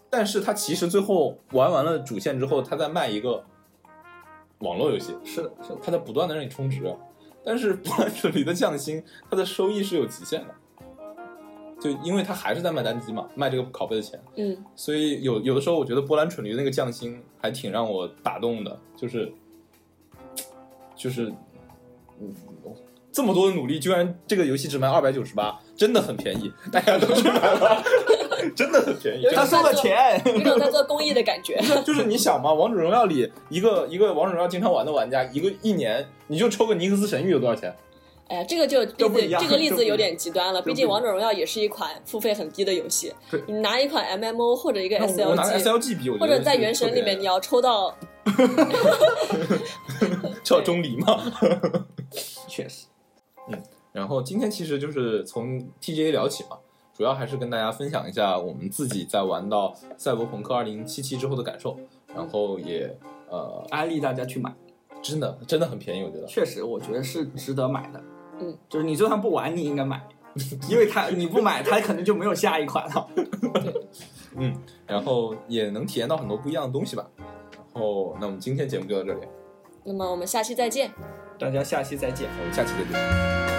[SPEAKER 1] 但是他其实最后玩完了主线之后，他在卖一个网络游戏，
[SPEAKER 2] 是的，是的，
[SPEAKER 1] 他在不断的让你充值。啊但是波兰蠢驴的匠心，它的收益是有极限的，就因为他还是在卖单机嘛，卖这个拷贝的钱。
[SPEAKER 3] 嗯，
[SPEAKER 1] 所以有有的时候，我觉得波兰蠢驴那个匠心还挺让我打动的，就是就是嗯这么多的努力，居然这个游戏只卖二百九十八，真的很便宜，大家都去买了， 真的很便宜。
[SPEAKER 3] 有
[SPEAKER 1] 真
[SPEAKER 2] 他
[SPEAKER 1] 的
[SPEAKER 2] 收了钱，
[SPEAKER 3] 有种在做公益的感觉。
[SPEAKER 1] 就是就是你想嘛，王者荣耀里一个一个王者荣耀经常玩的玩家，一个一年你就抽个尼克斯神域有多少钱？
[SPEAKER 3] 哎呀，这个就例
[SPEAKER 2] 就不
[SPEAKER 3] 子
[SPEAKER 2] 一样
[SPEAKER 3] 这个例
[SPEAKER 2] 就不
[SPEAKER 3] 子
[SPEAKER 2] 一样
[SPEAKER 3] 有点极端了，
[SPEAKER 2] 就不
[SPEAKER 3] 毕
[SPEAKER 2] 一样
[SPEAKER 3] 竟王者荣耀也是一款付费很低的游戏
[SPEAKER 1] 对，
[SPEAKER 3] 你拿一款 MMO 或者一个
[SPEAKER 1] 那我我拿
[SPEAKER 3] SLG。
[SPEAKER 1] SLG 比，我觉
[SPEAKER 3] 或
[SPEAKER 1] 得
[SPEAKER 3] 者在
[SPEAKER 1] 是
[SPEAKER 3] 原神
[SPEAKER 1] 特
[SPEAKER 3] 里
[SPEAKER 1] 别
[SPEAKER 3] 面，你要抽到，
[SPEAKER 1] 叫钟离嘛。
[SPEAKER 2] 确实
[SPEAKER 1] 然后今天其实就是从 TGA 聊起嘛，主要还是跟大家分享一下我们自己在玩到《赛博朋克2077》之后的感受，然后也呃，
[SPEAKER 2] 安利大家去买，
[SPEAKER 1] 真的真的很便宜，我觉得。
[SPEAKER 2] 确实我觉得是值得买的。
[SPEAKER 3] 嗯，
[SPEAKER 2] 就是你就算不玩，你应该买，因为它你不买，它可能就没有下一款了。
[SPEAKER 1] 然后也能体验到很多不一样的东西吧。然后，那我们今天节目就到这里，
[SPEAKER 3] 那么我们下期再见。
[SPEAKER 2] 大家下期再见。
[SPEAKER 1] 我们下期再见。
[SPEAKER 3] 拜拜。